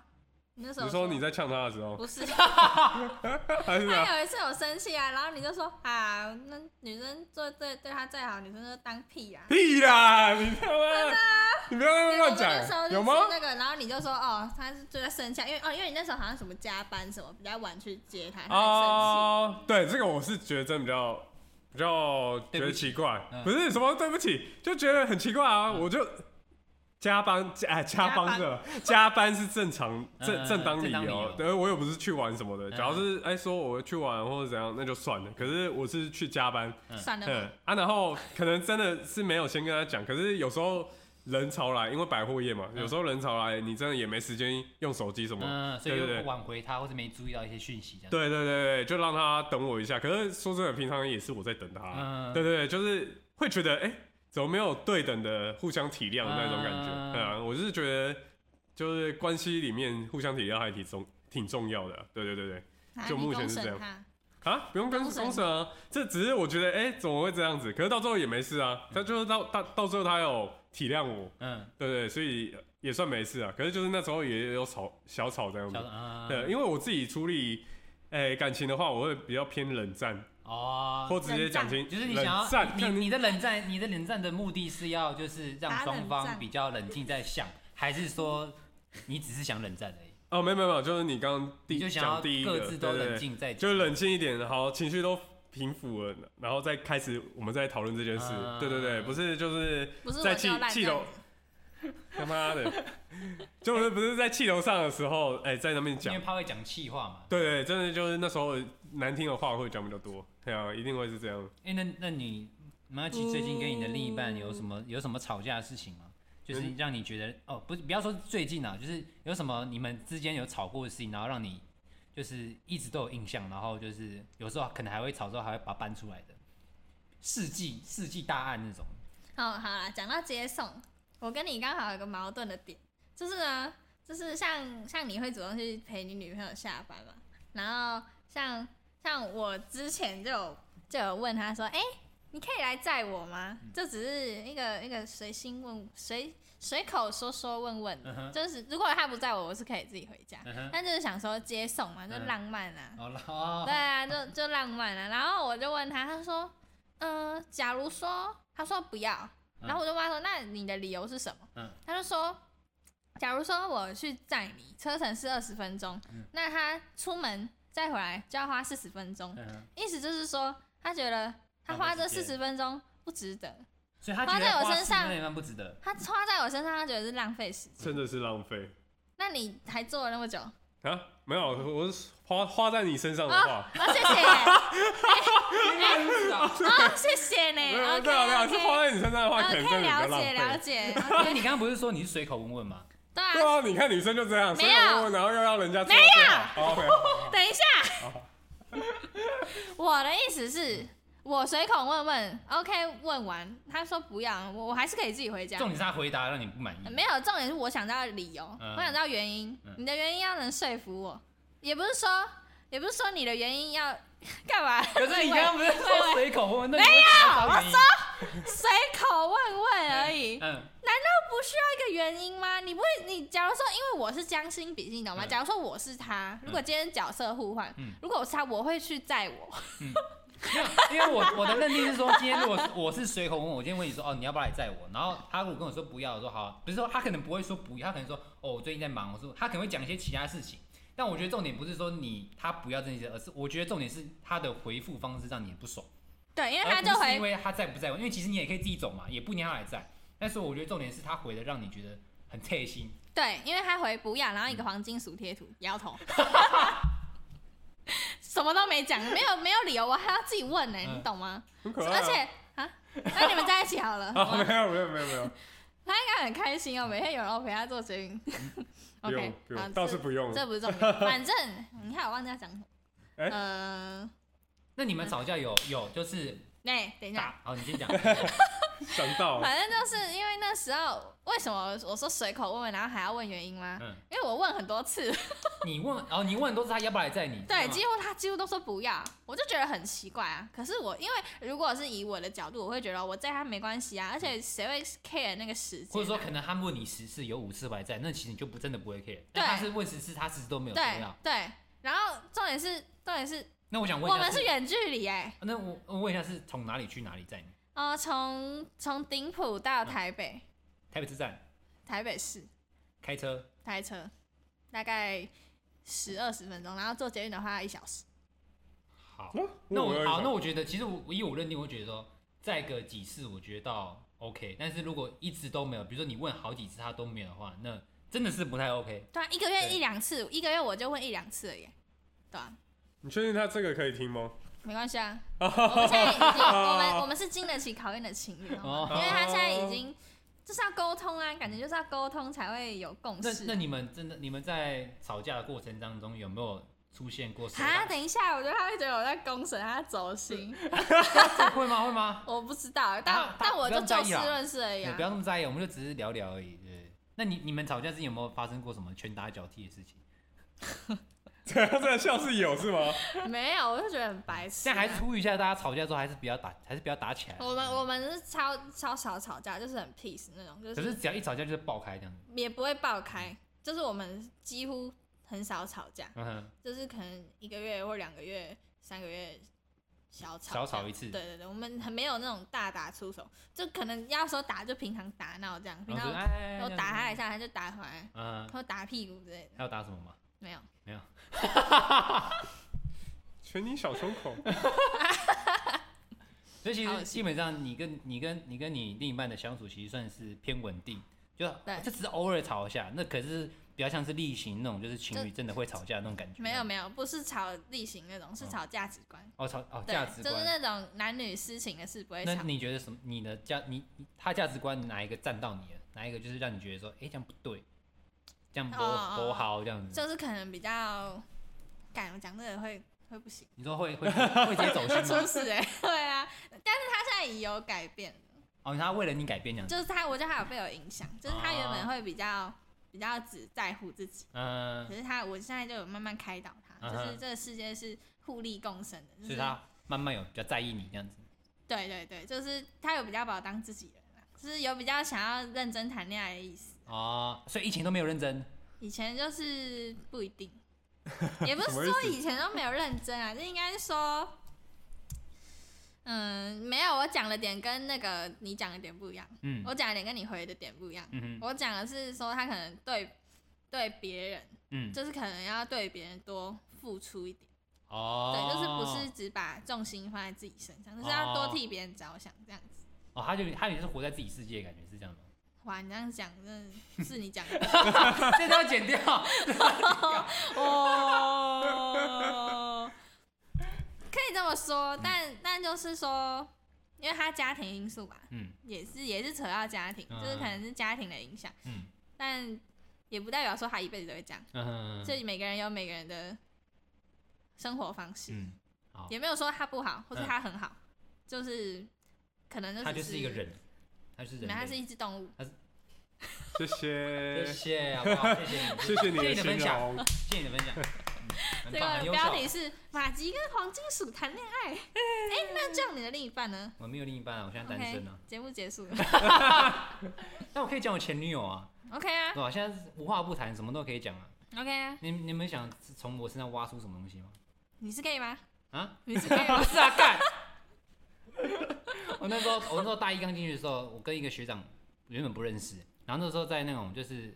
Speaker 4: 你那时候
Speaker 3: 你说你在呛他的时候，
Speaker 4: 不是？
Speaker 3: 还是啊
Speaker 4: 他有一次有生气啊，然后你就说啊，那女生做对对他再好，女生就当屁啊。
Speaker 3: 屁啦，你他妈，你不要
Speaker 4: 结
Speaker 3: 在那 *laughs* 乱
Speaker 4: 果啊我那时候
Speaker 3: 讲，
Speaker 4: 就
Speaker 3: 有吗？
Speaker 4: 吃那个，然后你就说哦，他是就在生气啊，因为哦，因为你那时候好像什么加班什么比较晚去接他，他很生气。
Speaker 3: 哦，对，这个我是觉得真的比较比较觉
Speaker 2: 对
Speaker 3: 得
Speaker 2: 不起
Speaker 3: 奇怪，
Speaker 2: 嗯
Speaker 3: 不是什么对不起，就觉得很奇怪啊，我就。加班加哎加
Speaker 4: 加
Speaker 3: 班
Speaker 4: 班
Speaker 3: 的加班是正常正
Speaker 2: 嗯
Speaker 3: 正当
Speaker 2: 正
Speaker 3: 理
Speaker 2: 当理
Speaker 3: 由
Speaker 2: 由，
Speaker 3: 对，我又不是去玩什么的。
Speaker 2: 嗯
Speaker 3: 只要是哎说我去玩或者怎样，那就算了。可是我是去加班，
Speaker 2: 嗯
Speaker 4: 算了
Speaker 3: 嗯
Speaker 4: 吧，
Speaker 3: 啊，然后可能真的是没有先跟他讲，可是有时候人潮来，因为百货业嘛，
Speaker 2: 嗯
Speaker 3: 有时候人潮来，你真的也没时间用手机什么，
Speaker 2: 嗯，所以
Speaker 3: 对对
Speaker 2: 又
Speaker 3: 对
Speaker 2: 不挽回他，或者没注意到一些讯息这样。
Speaker 3: 对对对对，就让他等我一下。可是说真的，平常也是我在等他。
Speaker 2: 嗯
Speaker 3: 对对对，就是会觉得，哎、怎么没有对等的互相体谅的那种感觉？
Speaker 2: 嗯
Speaker 3: 对啊，我是觉得，就是关系里面互相体谅还挺重挺重要的啊、对对对对，*laughs*
Speaker 4: 啊
Speaker 3: 就
Speaker 4: 你
Speaker 3: 目前
Speaker 4: 公
Speaker 3: 是
Speaker 4: 审
Speaker 3: 这样
Speaker 4: 他
Speaker 3: 啊，不用跟
Speaker 4: 公审
Speaker 3: 公审啊，这只是我觉得，哎、怎么会这样子？可是到最后也没事啊，他就是到到到最后他有体谅我，
Speaker 2: 嗯，
Speaker 3: 对对，所以也算没事啊。可是就是那时候也有吵小吵这样子
Speaker 2: 小。嗯，
Speaker 3: 对，因为我自己处理诶、感情的话，我会比较偏冷战，
Speaker 2: 哦，
Speaker 3: 或直接讲清，
Speaker 2: 就是你想要
Speaker 3: 冷战
Speaker 2: 你你的冷战，你的冷战的目的是要就是让
Speaker 4: 打冷
Speaker 2: 双方
Speaker 4: 战
Speaker 2: 比较冷静再
Speaker 4: *laughs*
Speaker 2: 想，还是说你只是想冷战而已？
Speaker 3: 哦，没有没有没有，就是你刚刚第
Speaker 2: 你就想要
Speaker 3: 讲第一个，
Speaker 2: 各自都
Speaker 3: 对对
Speaker 2: 冷
Speaker 3: 对
Speaker 2: 静再
Speaker 3: 就冷静一点，好，情绪都平复了，然后再开始我们再讨论这件事。
Speaker 2: 嗯
Speaker 3: 对对对，不是就是
Speaker 4: 不是
Speaker 3: 在
Speaker 4: 我
Speaker 3: 气
Speaker 4: 就烂
Speaker 3: 气头，他妈的， *laughs* 就是不是在气头上的时候，哎、在那边
Speaker 2: 因
Speaker 3: 讲
Speaker 2: 为，怕会讲气话嘛。
Speaker 3: 对对，真的就是那时候难听的话会讲比较多，对啊，一定会是这样。
Speaker 2: 哎、那那你马奇最近跟你的另一半有什么有什么吵架的事情吗？就是让你觉得哦，不是不要说最近啊，就是有什么你们之间有吵过的事情，然后让你就是一直都有印象，然后就是有时候可能还会吵之后还会把它搬出来的世纪世纪大案那种。
Speaker 4: 哦，好啦，讲到接送，我跟你刚好有个矛盾的点，就是呢，就是像像你会主动去陪你女朋友下班嘛，然后像像我之前就有就有问他说，哎、你可以来载我吗？
Speaker 2: 嗯
Speaker 4: 这只是一个一个随心问随随口说说问问的
Speaker 2: 嗯哼
Speaker 4: 就是如果他不载我，我是可以自己回家，
Speaker 2: 嗯哼，
Speaker 4: 但就是想说接送嘛，就
Speaker 2: 嗯
Speaker 4: 浪漫啊，
Speaker 2: 好了
Speaker 3: *laughs*
Speaker 2: 哦
Speaker 4: 对，啊，就就呃浪漫了、然后我就问他，他说，嗯、假如说，他说不要，
Speaker 2: 嗯
Speaker 4: 然后我就问他说：“那你的理由是什么？”
Speaker 2: 嗯
Speaker 4: 他就说：“假如说我去载你，车程是二十分钟，
Speaker 2: 嗯
Speaker 4: 那他出门再回来就要花四十分钟，
Speaker 2: 嗯，
Speaker 4: 意思就是说他觉得他花这
Speaker 2: 浪费
Speaker 4: 四
Speaker 2: 时间
Speaker 4: 十分钟不值得，
Speaker 2: 所以他
Speaker 4: 花
Speaker 2: 觉
Speaker 4: 在
Speaker 2: 得
Speaker 4: 我
Speaker 2: 花
Speaker 4: 身
Speaker 2: 十
Speaker 4: 上
Speaker 2: 分那一万不值
Speaker 4: *laughs*
Speaker 2: 得。
Speaker 4: 他花在我身上，他觉得是浪费时间。
Speaker 3: 真的是浪费
Speaker 4: 那你还坐了那么
Speaker 3: *laughs*
Speaker 4: 久，哦
Speaker 3: 啊！没有，我是花花在你身上的话，
Speaker 4: 啊，谢谢，
Speaker 1: 啊，
Speaker 4: 啊，谢谢
Speaker 3: 没
Speaker 4: 呢
Speaker 3: 有，
Speaker 4: OK，
Speaker 3: 对啊对啊，是
Speaker 4: OK
Speaker 3: 花在你身上的话，可能
Speaker 4: 可以
Speaker 3: 真的比较
Speaker 4: 了
Speaker 3: 浪
Speaker 4: 解了
Speaker 3: 费。 *laughs*
Speaker 4: 解，
Speaker 2: *laughs* 因为你刚刚不是说你是随口问问吗？
Speaker 4: 对
Speaker 3: 对
Speaker 4: 啊，
Speaker 3: 啊，你看女生就这样，
Speaker 4: 没
Speaker 3: 随
Speaker 4: 有
Speaker 3: 口问问，然后又要人家没有。OK，哦
Speaker 4: *laughs* 等一下，我的意思是，我随口问问，OK，问完，他说不要，我我还是可以自己回家
Speaker 2: 重。点是他回答让你不满意。
Speaker 4: 没有，重点是我想到理由，
Speaker 2: 嗯
Speaker 4: 我想到原因，
Speaker 2: 嗯
Speaker 4: 你的原因要能说服我，也不是说，也不是说你的原因要 *laughs* 干嘛？
Speaker 2: 可是你刚
Speaker 4: *laughs*
Speaker 2: 刚不是说随口问问？没
Speaker 4: 有
Speaker 2: 有
Speaker 4: 我说随口问问而已，
Speaker 2: 嗯
Speaker 4: 不需要一个原因吗？你不会，你假如说，因为我是将心比心，你懂吗？
Speaker 2: 嗯
Speaker 4: 假如说我是他，如果今天角色互换，
Speaker 2: 嗯
Speaker 4: 如果我是他，我会去载我。
Speaker 2: 没有，因为我我的认定是说，今天如果是我是随口问，我今天问你说哦你要不要来载我？然后他如果跟我说不要，我说好，啊不是说他可能不会说不要，他可能说哦我最近在忙，我说他可能会讲一些其他事情。但我觉得重点不是说你他不要这些，而是我觉得重点是他的回复方式让你不爽，
Speaker 4: 对，因为
Speaker 2: 而
Speaker 4: 他
Speaker 2: 不
Speaker 4: 就是
Speaker 2: 因
Speaker 4: 回，
Speaker 2: 为他在不在乎，因为其实你也可以自己走嘛，也不一定要来载。但是我觉得重点是他回的让你觉得很贴心，
Speaker 4: 对，因为他回不要，然后一个黄金鼠贴
Speaker 3: 嗯
Speaker 4: 图，摇头， *laughs* 什么都没讲，没有没有理由，我还要自己问呢、
Speaker 2: 嗯
Speaker 4: 你懂吗？
Speaker 3: 很可爱啊。
Speaker 4: 而
Speaker 3: *laughs*
Speaker 4: 且啊，那你们在一起好了，
Speaker 3: 啊，
Speaker 4: 哇
Speaker 3: 没有没有没有没有，
Speaker 4: 他应该很开心哦，每天有人要陪他做捷运。
Speaker 3: 不
Speaker 4: *laughs*
Speaker 3: 用
Speaker 4: OK，好，
Speaker 3: 嗯不用，倒是不用了。
Speaker 4: 这不是重
Speaker 3: *laughs*
Speaker 4: 点，反正你看我忘记要讲什么，
Speaker 3: 哎
Speaker 4: 呃，
Speaker 2: 那你们吵架有有就是
Speaker 4: 那、等一下。
Speaker 2: 打？好，你先讲。
Speaker 3: 想到了
Speaker 4: 反正就是因为那时候，为什么我说随口问问，然后还要问原因吗？
Speaker 2: 嗯，
Speaker 4: 因为我问很多次，
Speaker 2: 你问哦，你问都是他要不要来载你？
Speaker 4: 对，
Speaker 2: 是
Speaker 4: 几
Speaker 2: 吗
Speaker 4: 乎他几乎都说不要，我就觉得很奇怪啊。可是我因为如果是以我的角度，我会觉得我在他没关系啊，而且谁会 care 那个时间啊、
Speaker 2: 嗯或者说可能他问你十次有五次回来载，那其实你就不真的不会 care。
Speaker 4: 对
Speaker 2: 但他是问十次，他十次都没有重
Speaker 4: 对
Speaker 2: 要。
Speaker 4: 对，然后重点是重点是
Speaker 2: 那我想问
Speaker 4: 我
Speaker 2: 一下
Speaker 4: 们
Speaker 2: 是，
Speaker 4: 是远距离哎、
Speaker 2: 那我我问一下是从哪里去哪里载你？
Speaker 4: 呃，从从顶埔到台北，
Speaker 2: 台北车站
Speaker 4: 台北市
Speaker 2: 开车，
Speaker 4: 开车大概十二十分钟，然后坐捷运的话一小时。
Speaker 2: 好，
Speaker 3: 嗯
Speaker 2: 那
Speaker 3: 我有
Speaker 2: 我
Speaker 3: 一
Speaker 2: 好，
Speaker 3: 种
Speaker 2: 那我觉得其实我以我认定，我觉得说载个几次，我觉得到 OK。但是如果一直都没有，比如说你问好几次他都没有的话，那真的是不太 OK。
Speaker 4: 对啊，一个月
Speaker 2: 对
Speaker 4: 一两次，一个月我就问一两次而已，对啊，
Speaker 3: 你确定他这个可以听吗？ *laughs*
Speaker 4: 没关系啊，我们现在已经，我们我们是经得起考验的情侣，好
Speaker 2: 哦
Speaker 4: 吗因为他现在已经就是要沟通啊，感觉就是要沟通才会有共
Speaker 2: 那那
Speaker 4: 识。
Speaker 2: 你们真的你们在吵架的过程当中有没有出现过什
Speaker 4: 啊，
Speaker 2: 么？
Speaker 4: 等一下，我觉得他会觉得我在公审他走心，
Speaker 2: *laughs* 会吗？会吗？
Speaker 4: 我不知道，但
Speaker 2: 他
Speaker 4: 但我就
Speaker 2: 哦不要在
Speaker 4: 就
Speaker 2: 意
Speaker 4: 事
Speaker 2: 啊
Speaker 4: 论事而已
Speaker 2: 对，
Speaker 4: 啊
Speaker 2: 不。要那么在意，我们就只是聊聊而已。对，那你你们吵架之前有没有发生过什么拳打脚踢的事情？
Speaker 3: 对，这个笑是有是吗？
Speaker 4: 没有，我就觉得很白痴
Speaker 2: 现在还
Speaker 4: 啊。
Speaker 2: 是呼吁一下大家，吵架之后还是不要打，还是不要打起来。
Speaker 4: 我们我们是超超少吵架，就是很 peace 那种，就
Speaker 2: 可
Speaker 4: 是
Speaker 2: 是只要一吵架就是爆开这样子。
Speaker 4: 也不会爆开，就是我们几乎很少吵架，
Speaker 2: 嗯哼，
Speaker 4: 就是可能一个月或两个月、三个月小吵
Speaker 2: 小
Speaker 4: 这样
Speaker 2: 吵一次
Speaker 4: 对对对，我们很没有那种大打出手，就可能要说打就平常打闹这样，平
Speaker 2: 然后
Speaker 4: 常
Speaker 2: 说哎，
Speaker 4: 我打他
Speaker 2: 他
Speaker 4: 一。下他就打回来，
Speaker 2: 嗯，
Speaker 4: 或打屁股之类的，
Speaker 2: 还要打什么吗？
Speaker 4: 没有。
Speaker 3: 全你小胸
Speaker 2: *laughs*
Speaker 3: 口，
Speaker 2: 所以其
Speaker 4: 好恶
Speaker 2: 实
Speaker 4: 心
Speaker 2: 基本上你跟你跟你跟你另一半的相处，其实算是偏稳定，就
Speaker 4: 对
Speaker 2: 就只是偶尔吵一下，那可是比较像是例行那种，就是情侣真的会吵架那种感觉。
Speaker 4: 没有没有，不是吵例行那种，是
Speaker 2: 嗯
Speaker 4: 吵价值观，
Speaker 2: 哦，吵哦
Speaker 4: 对
Speaker 2: 价值
Speaker 4: 就是
Speaker 2: 观。
Speaker 4: 那种男女私情的事不会
Speaker 2: 那
Speaker 4: 吵。
Speaker 2: 你觉得什么？你的价你他价值观哪一个站到你了？哪一个就是让你觉得说，哎、这样不对，这样不
Speaker 4: 哦
Speaker 2: 不好这样子？
Speaker 4: 就是可能比较，敢我讲这个会会不行，
Speaker 2: 你说会会会直接走
Speaker 4: 会
Speaker 2: 心
Speaker 4: *laughs* 出
Speaker 2: 吗？
Speaker 4: 事哎、对啊，但是他现在也有改变，
Speaker 2: 哦，他为了你改变这样子。
Speaker 4: 就是他，我觉得他有被我影响，就是
Speaker 2: 哦
Speaker 4: 他原本会比较比较只在乎自己，
Speaker 2: 嗯、
Speaker 4: 可是他我现在就有慢慢开导他，
Speaker 2: 嗯
Speaker 4: 就
Speaker 2: 哼
Speaker 4: 是这个世界是互利共生的，就
Speaker 2: 所
Speaker 4: 是
Speaker 2: 以他慢慢有比较在意你这样子。
Speaker 4: 对对对，就是他有比较把我当自己人啊，就是有比较想要认真谈恋爱的意思，
Speaker 2: 哦，所以以前都没有认真。
Speaker 4: 以前就是不一
Speaker 2: *laughs*
Speaker 4: 定，也不是
Speaker 3: 什么意
Speaker 4: 说
Speaker 3: 思
Speaker 4: 以前都没有认真啊，这应该是说，嗯，没有，我讲的点跟那个你讲的点不一样，
Speaker 2: 嗯
Speaker 4: 我讲的点跟你回的点不一样。
Speaker 2: 嗯哼
Speaker 4: 我讲的是说他可能对对别人，
Speaker 2: 嗯，
Speaker 4: 就是可能要对别人多付出一点，
Speaker 2: 哦，
Speaker 4: 对，就是不是只把重心放在自己身上，就是要多替别人着想这样子。
Speaker 2: 哦，他就他也是活在自己世界，感觉是这样吗？
Speaker 4: 哇，你这样讲，真的是你讲的
Speaker 2: *laughs* 这都要剪掉。
Speaker 4: *laughs* 哦，可以这么说，但但就是说，因为他家庭因素吧，
Speaker 2: *laughs* 嗯
Speaker 4: 也是也是扯到家庭，
Speaker 2: 嗯
Speaker 4: 就是可能是家庭的影响，
Speaker 2: 嗯
Speaker 4: 但也不代表说他一辈子都会这样。
Speaker 2: 嗯，
Speaker 4: 所以每个人有每个人的生活方式，
Speaker 2: 嗯，好
Speaker 4: 也没有说他不好，或是
Speaker 2: 嗯
Speaker 4: 他很好，就是可能就
Speaker 2: 他
Speaker 4: 只
Speaker 2: 就是一个，人，他就是
Speaker 4: 没
Speaker 2: 人
Speaker 4: 有
Speaker 2: 类，
Speaker 4: 他是一只动物。
Speaker 3: 谢谢
Speaker 2: 谢，
Speaker 3: *laughs*
Speaker 2: 谢，好不好？谢谢你，
Speaker 3: 谢谢你
Speaker 2: 谢
Speaker 3: 的
Speaker 2: 你的分
Speaker 3: 形
Speaker 2: 享，
Speaker 3: 容。
Speaker 2: 谢谢你的 *laughs* 分享。嗯很
Speaker 4: 这
Speaker 2: 棒，很
Speaker 4: 个
Speaker 2: 优
Speaker 4: 标
Speaker 2: 秀。
Speaker 4: 题是马吉跟黄金鼠谈
Speaker 2: *laughs*
Speaker 4: 恋爱。哎、那这样你的另一半呢
Speaker 2: 我没有另一半啊，我现在单
Speaker 4: ？OK，
Speaker 2: 身啊。
Speaker 4: 节目结束了。 *laughs*
Speaker 2: 但我可以讲我前女友啊，
Speaker 4: OK 啊
Speaker 2: 对吧？现在是无话不谈，什么都可以讲啊。
Speaker 4: ，OK 啊，
Speaker 2: 你你们想从我身上挖出什么东西 *laughs* 吗？
Speaker 4: 你是 gay 吗？
Speaker 2: 啊？
Speaker 4: 你
Speaker 2: *laughs*
Speaker 4: 是 gay 吗
Speaker 2: 不？是啊，干！我那时候，我那时候大一刚进去的时候，我跟一个学长原本不认识，然后那时候在那种就是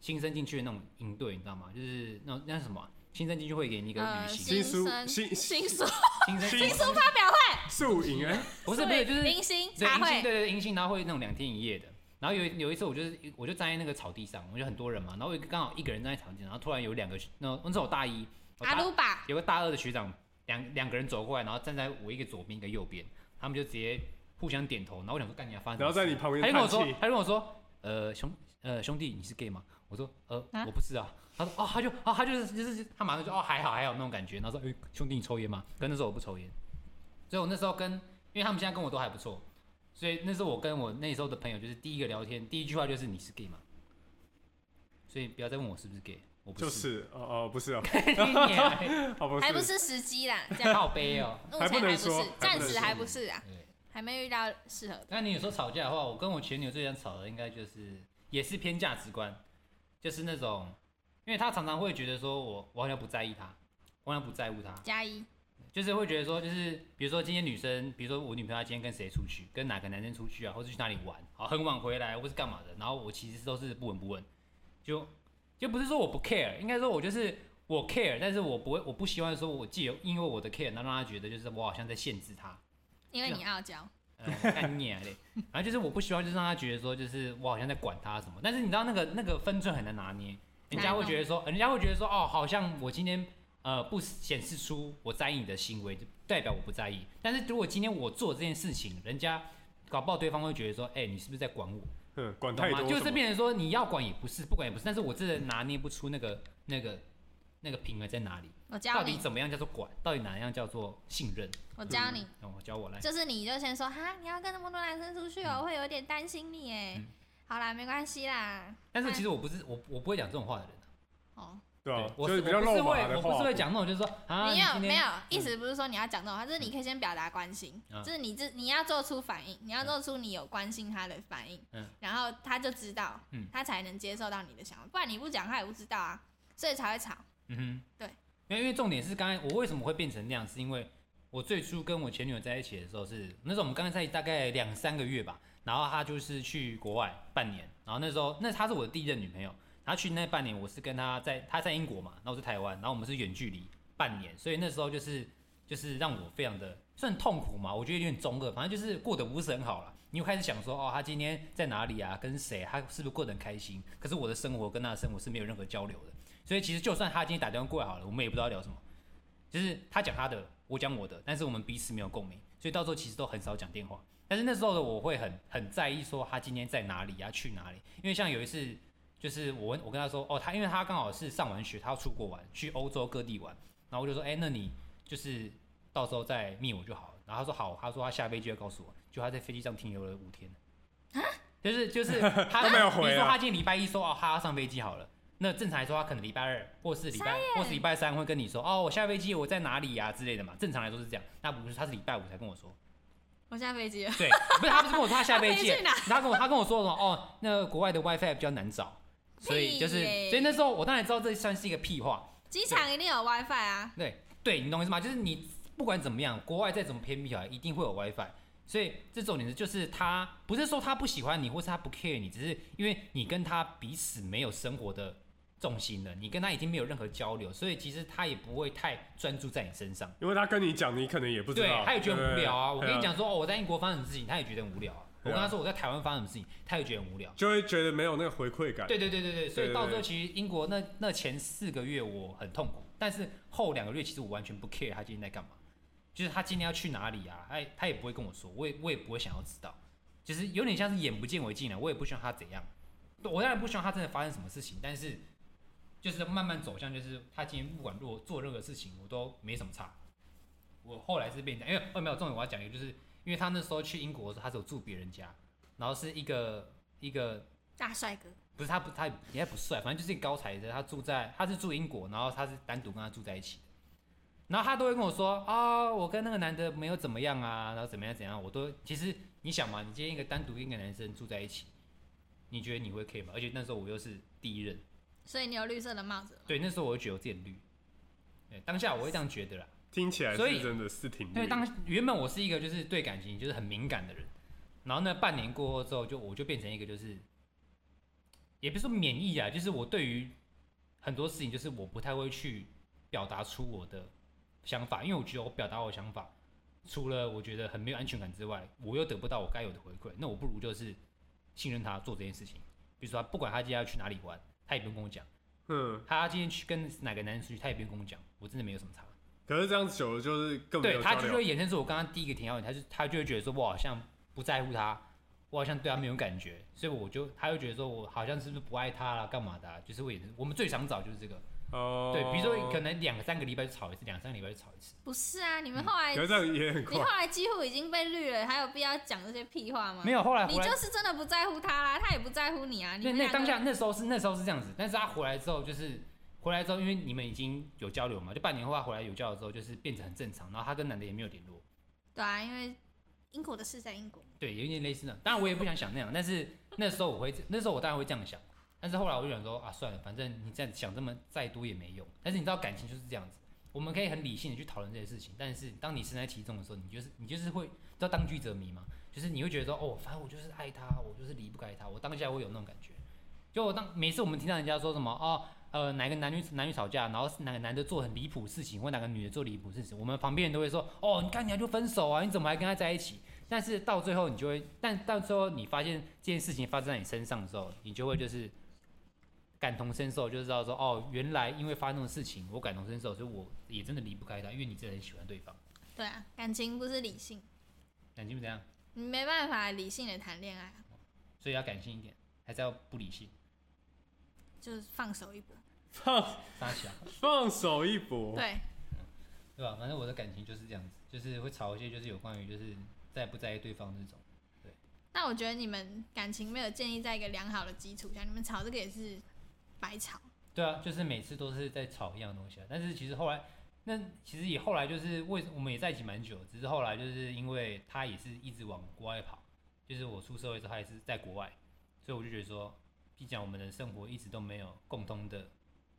Speaker 2: 新生进去的那种营队，你知道吗？就是那种那是什么啊、新生进去会给你一个旅
Speaker 4: 呃
Speaker 2: 行，
Speaker 3: 新书
Speaker 4: 新生
Speaker 3: 新
Speaker 4: 新书 *laughs*
Speaker 2: 呃新生
Speaker 3: 新
Speaker 4: 书发表会，
Speaker 3: 素影哎，
Speaker 2: 不是不是就是
Speaker 4: 明星
Speaker 2: 对
Speaker 4: 茶
Speaker 2: 迎新，对
Speaker 4: 会，
Speaker 2: 对迎新，然后会那种两天一夜的。然后有一有一次，我就是我就站在那个草地上，我就很多人嘛，然后我刚好一个人站在草地，上，然后突然有两个，那那时候我大一，我
Speaker 4: 阿
Speaker 2: 大
Speaker 4: 鲁巴，
Speaker 2: 有个大二的学长，两两个人走过来，然后站在我一个左边一个右边，他们就直接互相点头，然后我想说干你啊，发生什
Speaker 3: 然
Speaker 2: 么
Speaker 3: 后
Speaker 2: 事
Speaker 3: 在你旁边
Speaker 2: 他就跟我
Speaker 3: 叹
Speaker 2: 说
Speaker 3: 气，，
Speaker 2: 他就跟我说，呃兄呃兄弟你是 gay 吗？我说呃、
Speaker 4: 啊
Speaker 2: 我不是啊。他说哦他就哦他就是就是他马上就哦还好还好那种感觉，然后说哎、兄弟你抽烟吗？可那时候我不抽烟，所以我那时候跟因为他们现在跟我都还不错，所以那时候我跟我那时候的朋友就是第一个聊天第一句话就是你是 gay 吗？所以不要再问我是不是 gay，我不，
Speaker 3: 就是是哦哦不是哦，
Speaker 2: *laughs* 你娘
Speaker 3: *laughs* 哦不
Speaker 4: 还不
Speaker 3: 是，
Speaker 4: 是时机啦，这样
Speaker 2: 好悲哦。
Speaker 4: 目
Speaker 3: *laughs* 还不
Speaker 4: 前
Speaker 3: 能
Speaker 4: 还不
Speaker 3: 说
Speaker 4: 是，暂时
Speaker 2: 还
Speaker 4: 还
Speaker 2: 不
Speaker 4: 不
Speaker 2: 能
Speaker 4: 是啊，
Speaker 2: 对。
Speaker 4: 还没遇到适合的。
Speaker 2: 那你有时候吵架的话，我跟我前女友最想吵的应该就是也是偏价值观，就是那种，因为她常常会觉得说我我好像不在意她，我好像不在乎她，
Speaker 4: 加一，
Speaker 2: 就是会觉得说就是比如说今天女生，比如说我女朋友她今天跟谁出去，跟哪个男生出去啊，或是去哪里玩，好很晚回来或是干嘛的，然后我其实都是不闻不问，就就不是说我不 care，应该说我就是。我 care，但是我不会，我不希望说，我借由因为我的 care，然后让她觉得就是我好像在限制她。
Speaker 4: 因为你傲娇，
Speaker 2: 呃干你啊嘞！反正就是我不希望，就是让他觉得说，就是我好像在管他什么。但是你知道那个那个分寸很难拿捏，人家会觉得说，人家会觉得说，哦，好像我今天呃不显示出我在意你的行为，就代表我不在意。但是如果今天我做这件事情，人家搞不好对方会觉得说，哎、你是不是在管我？
Speaker 3: 嗯，管
Speaker 2: 懂
Speaker 3: 太
Speaker 2: 吗？
Speaker 3: 多
Speaker 2: 就
Speaker 3: 什
Speaker 2: 是
Speaker 3: 么？
Speaker 2: 变成说你要管也不是，不管也不是。但是我真的拿捏不出那个那个那个平衡在哪里，
Speaker 4: 我教
Speaker 2: 到底
Speaker 4: 你，
Speaker 2: 怎么样叫做管，到底哪样叫做信任？
Speaker 4: 我教你，
Speaker 2: 那我教我来，
Speaker 4: 就是你就先说哈，你要跟那么多男生出去哦，我会有点担心你哎
Speaker 2: 嗯。
Speaker 4: 好啦，没关系啦。
Speaker 2: 但是其
Speaker 4: 实
Speaker 2: 实我不是我我不会讲这种话的人。
Speaker 4: 哦，
Speaker 3: 对
Speaker 2: 对
Speaker 3: 啊，
Speaker 2: 我
Speaker 3: 就是比较
Speaker 2: 我不是
Speaker 3: 肉麻
Speaker 2: 会，
Speaker 3: 的
Speaker 2: 我不是
Speaker 3: 话
Speaker 2: 会，讲那种，就是说啊，
Speaker 4: 没有
Speaker 2: 你今天
Speaker 4: 没有，意思不是说你要讲这种话，就是你可以先表达关心，
Speaker 2: 嗯
Speaker 4: 就是你这你要做出反应，你要做出你有关心他的反应
Speaker 2: 嗯，
Speaker 4: 然后他就知道
Speaker 2: 嗯，
Speaker 4: 他才能接受到你的想法，不然你不讲他也不知道啊，所以才会吵。
Speaker 2: 嗯哼，
Speaker 4: 对，
Speaker 2: 因为因为重点是刚才我为什么会变成那样，是因为我最初跟我前女友在一起的时候是那时候我们刚在一起大概两三个月吧，然后她就是去国外半年，然后那时候那她是我的第一任女朋友，她去那半年我是跟她在她在英国嘛，然后我在台湾，然后我们是远距离半年，所以那时候就是就是让我非常的算痛苦嘛，我觉得有点中二，反正就是过得不是很好啦。你又开始想说，哦，她今天在哪里啊？跟谁？她是不是过得很开心？可是我的生活跟她的生活是没有任何交流的。所以其实就算他今天打电话过来好了，我们也不知道聊什么，就是他讲他的，我讲我的，但是我们彼此没有共鸣，所以到时候其实都很少讲电话。但是那时候的我会很很在意说他今天在哪里啊，去哪里？因为像有一次，就是我问我跟他说，哦，他因为他刚好是上完学，他要出国玩，去欧洲各地玩，然后我就说，哎、那你就是到时候再密我就好了。然后他说好，他说他下飞机会告诉我，就他在飞机上停留了五天，就是就是他
Speaker 3: *laughs* 都没有
Speaker 2: 比
Speaker 3: 回啊
Speaker 2: 如说他今天礼拜一说哦，他要上飞机好了。那正常来说，他可能礼拜二或是礼拜或是礼拜三会跟你说，哦，我下飞机我在哪里呀、啊之类的嘛。正常来说是这样，那不是他是礼拜五才跟我说，
Speaker 4: 我下飞机了，
Speaker 2: 对， *laughs* 不是他不是跟我说他下
Speaker 4: *laughs*
Speaker 2: 飞机
Speaker 4: 他飞去哪，
Speaker 2: 他跟我他跟我说什么哦，那个国外的 WiFi 比较难找，所以就是
Speaker 4: 屁耶
Speaker 2: 所以那时候我当然知道这算是一个屁话，
Speaker 4: 机场一定有 WiFi 啊，
Speaker 2: 对对，你懂我意思吗？就是你不管怎么样，国外再怎么偏僻啊，一定会有 WiFi。所以这重点是，就是他不是说他不喜欢你，或是他不 care 你，只是因为你跟他彼此没有生活的重心了，你跟他已经没有任何交流，所以其实他也不会太专注在你身上。
Speaker 3: 因为他跟你讲，你可能也不知
Speaker 2: 对
Speaker 3: 道，，
Speaker 2: 他也觉得很无聊啊。
Speaker 3: 对
Speaker 2: 我
Speaker 3: 对
Speaker 2: 跟你讲说，哦，我在英国发生什么事情，他也觉得很无聊啊。我
Speaker 3: 对啊
Speaker 2: 跟他说我在台湾发生什么事情，他也觉得很无聊。
Speaker 3: 就会觉得没有那个回馈感。
Speaker 2: 对对对对对，所以
Speaker 3: 对
Speaker 2: 到
Speaker 3: 对
Speaker 2: 最后其实英国那那前四个月我很痛苦，但是后两个月其实我完全不 care 他今天在干嘛，就是他今天要去哪里啊，他也他也不会跟我说，我也我也不会想要知道，就是有点像是眼不见为净啊了、我也不希望他怎样，我当然不希望他真的发生什么事情，但是就是慢慢走向，就是他今天不管做做任何事情，我都没什么差。我后来是变成，因为哦没有重点，我要讲一个，就是因为他那时候去英国的时候，他是有住别人家，然后是一个一个
Speaker 4: 大帅哥，
Speaker 2: 不是他不他也不帅，反正就是一个高材生，他住在他是住英国，然后他是单独跟他住在一起的，然后他都会跟我说啊、我跟那个男的没有怎么样啊，然后怎么样怎样，我都其实你想嘛，你今天一个单独一个男生住在一起，你觉得你会 care 吗？而且那时候我又是第一任，
Speaker 4: 所以你有绿色的帽子吗。
Speaker 2: 对，那时候我就觉得我自己很绿，对，哎当下我会这样觉得啦，
Speaker 3: 听起来
Speaker 2: 所以
Speaker 3: 是真的是挺
Speaker 2: 因为
Speaker 3: 绿
Speaker 2: 当原本我是一个就是对感情就是很敏感的人，然后呢，半年过后之后就，我就变成一个就是，也不是说免疫啊，就是我对于很多事情，就是我不太会去表达出我的想法，因为我觉得我表达我的想法，除了我觉得很没有安全感之外，我又得不到我该有的回馈，那我不如就是信任他做这件事情。比如说他，不管他今天要去哪里玩，他也不用跟我讲；
Speaker 3: 嗯，
Speaker 2: 他今天去跟哪个男人出去，他也不用跟我讲，我真的没有什么差。
Speaker 3: 可是这样久了就是更没
Speaker 2: 对
Speaker 3: 有
Speaker 2: 他
Speaker 3: 交
Speaker 2: 就
Speaker 3: 流。
Speaker 2: 会衍生出我刚刚第一个提到的，他就他就会觉得说我好像不在乎他，我好像对他没有感觉，所以我就他会觉得说我好像是不是不爱他了，干嘛的啊、就是会衍生。我们最常找就是这个，
Speaker 3: 哦，
Speaker 2: 对，比如说可能两三个礼拜就吵一次，两三个礼拜就吵一次，
Speaker 4: 不是啊，你们后来、
Speaker 2: 嗯
Speaker 3: 可是这样也很
Speaker 4: 你
Speaker 3: 快
Speaker 4: 后。来几乎已经被绿了，还有必要讲这些屁话吗？
Speaker 2: 没有。后来
Speaker 4: 你
Speaker 2: 回来
Speaker 4: 就，是真的不在乎他啦，他也不在乎你啊。你
Speaker 2: 那
Speaker 4: 们
Speaker 2: 那
Speaker 4: 两个
Speaker 2: 当下那时候是那时候是这样子，但是他回来之后就是回来之后，因为你们已经有交流嘛，就半年后他回来有交流之后，就是变成很正常，然后他跟男的也没有联络。
Speaker 4: 对啊，因为英国的事在英国。
Speaker 2: 对，有一点类似那种。当然我也不想想那样，但是那时候我会，那时候我当然会这样想。但是后来我就想说啊，算了，反正你这样想这么再多也没用。但是你知道感情就是这样子，我们可以很理性的去讨论这些事情，但是当你身在其中的时候，你就是你就是会，知道当局者迷嘛，就是你会觉得说哦，反正我就是爱他，我就是离不开他，我当下会有那种感觉。就我当每次我们听到人家说什么哦，呃，哪个男女男女吵架，然后是哪个男的做很离谱的事情，或哪个女的做离谱的事情，我们旁边人都会说哦，你看你还就分手啊，你怎么还跟他在一起？但是到最后你就会，但到最后你发现这件事情发生在你身上的时候，你就会就是感同身受，就知道说哦，原来因为发生这种事情，我感同身受，所以我也真的离不开他，因为你真的很喜欢对方。
Speaker 4: 对啊，感情不是理性，
Speaker 2: 感情不这样，
Speaker 4: 你没办法理性的谈恋爱啊，
Speaker 2: 所以要感性一点，还是要不理性，
Speaker 4: 就是放手一
Speaker 2: 哦
Speaker 4: 搏。
Speaker 3: 放
Speaker 2: 撒小，
Speaker 3: 放手一搏，
Speaker 4: 对，
Speaker 2: 对吧？反正我的感情就是这样子，就是会吵一些就是有关于就是在不在意对方这种。
Speaker 4: 但我觉得你们感情没有建立在一个良好的基础上，你们吵这个也是白吵。
Speaker 2: 对啊，就是每次都是在吵一样的东西啊。但是其实后来，那其实也后来就是为我们也在一起蛮久，只是后来就是因为他也是一直往国外跑，就是我出社会之后他也是在国外，所以我就觉得说，既然我们的生活一直都没有共通的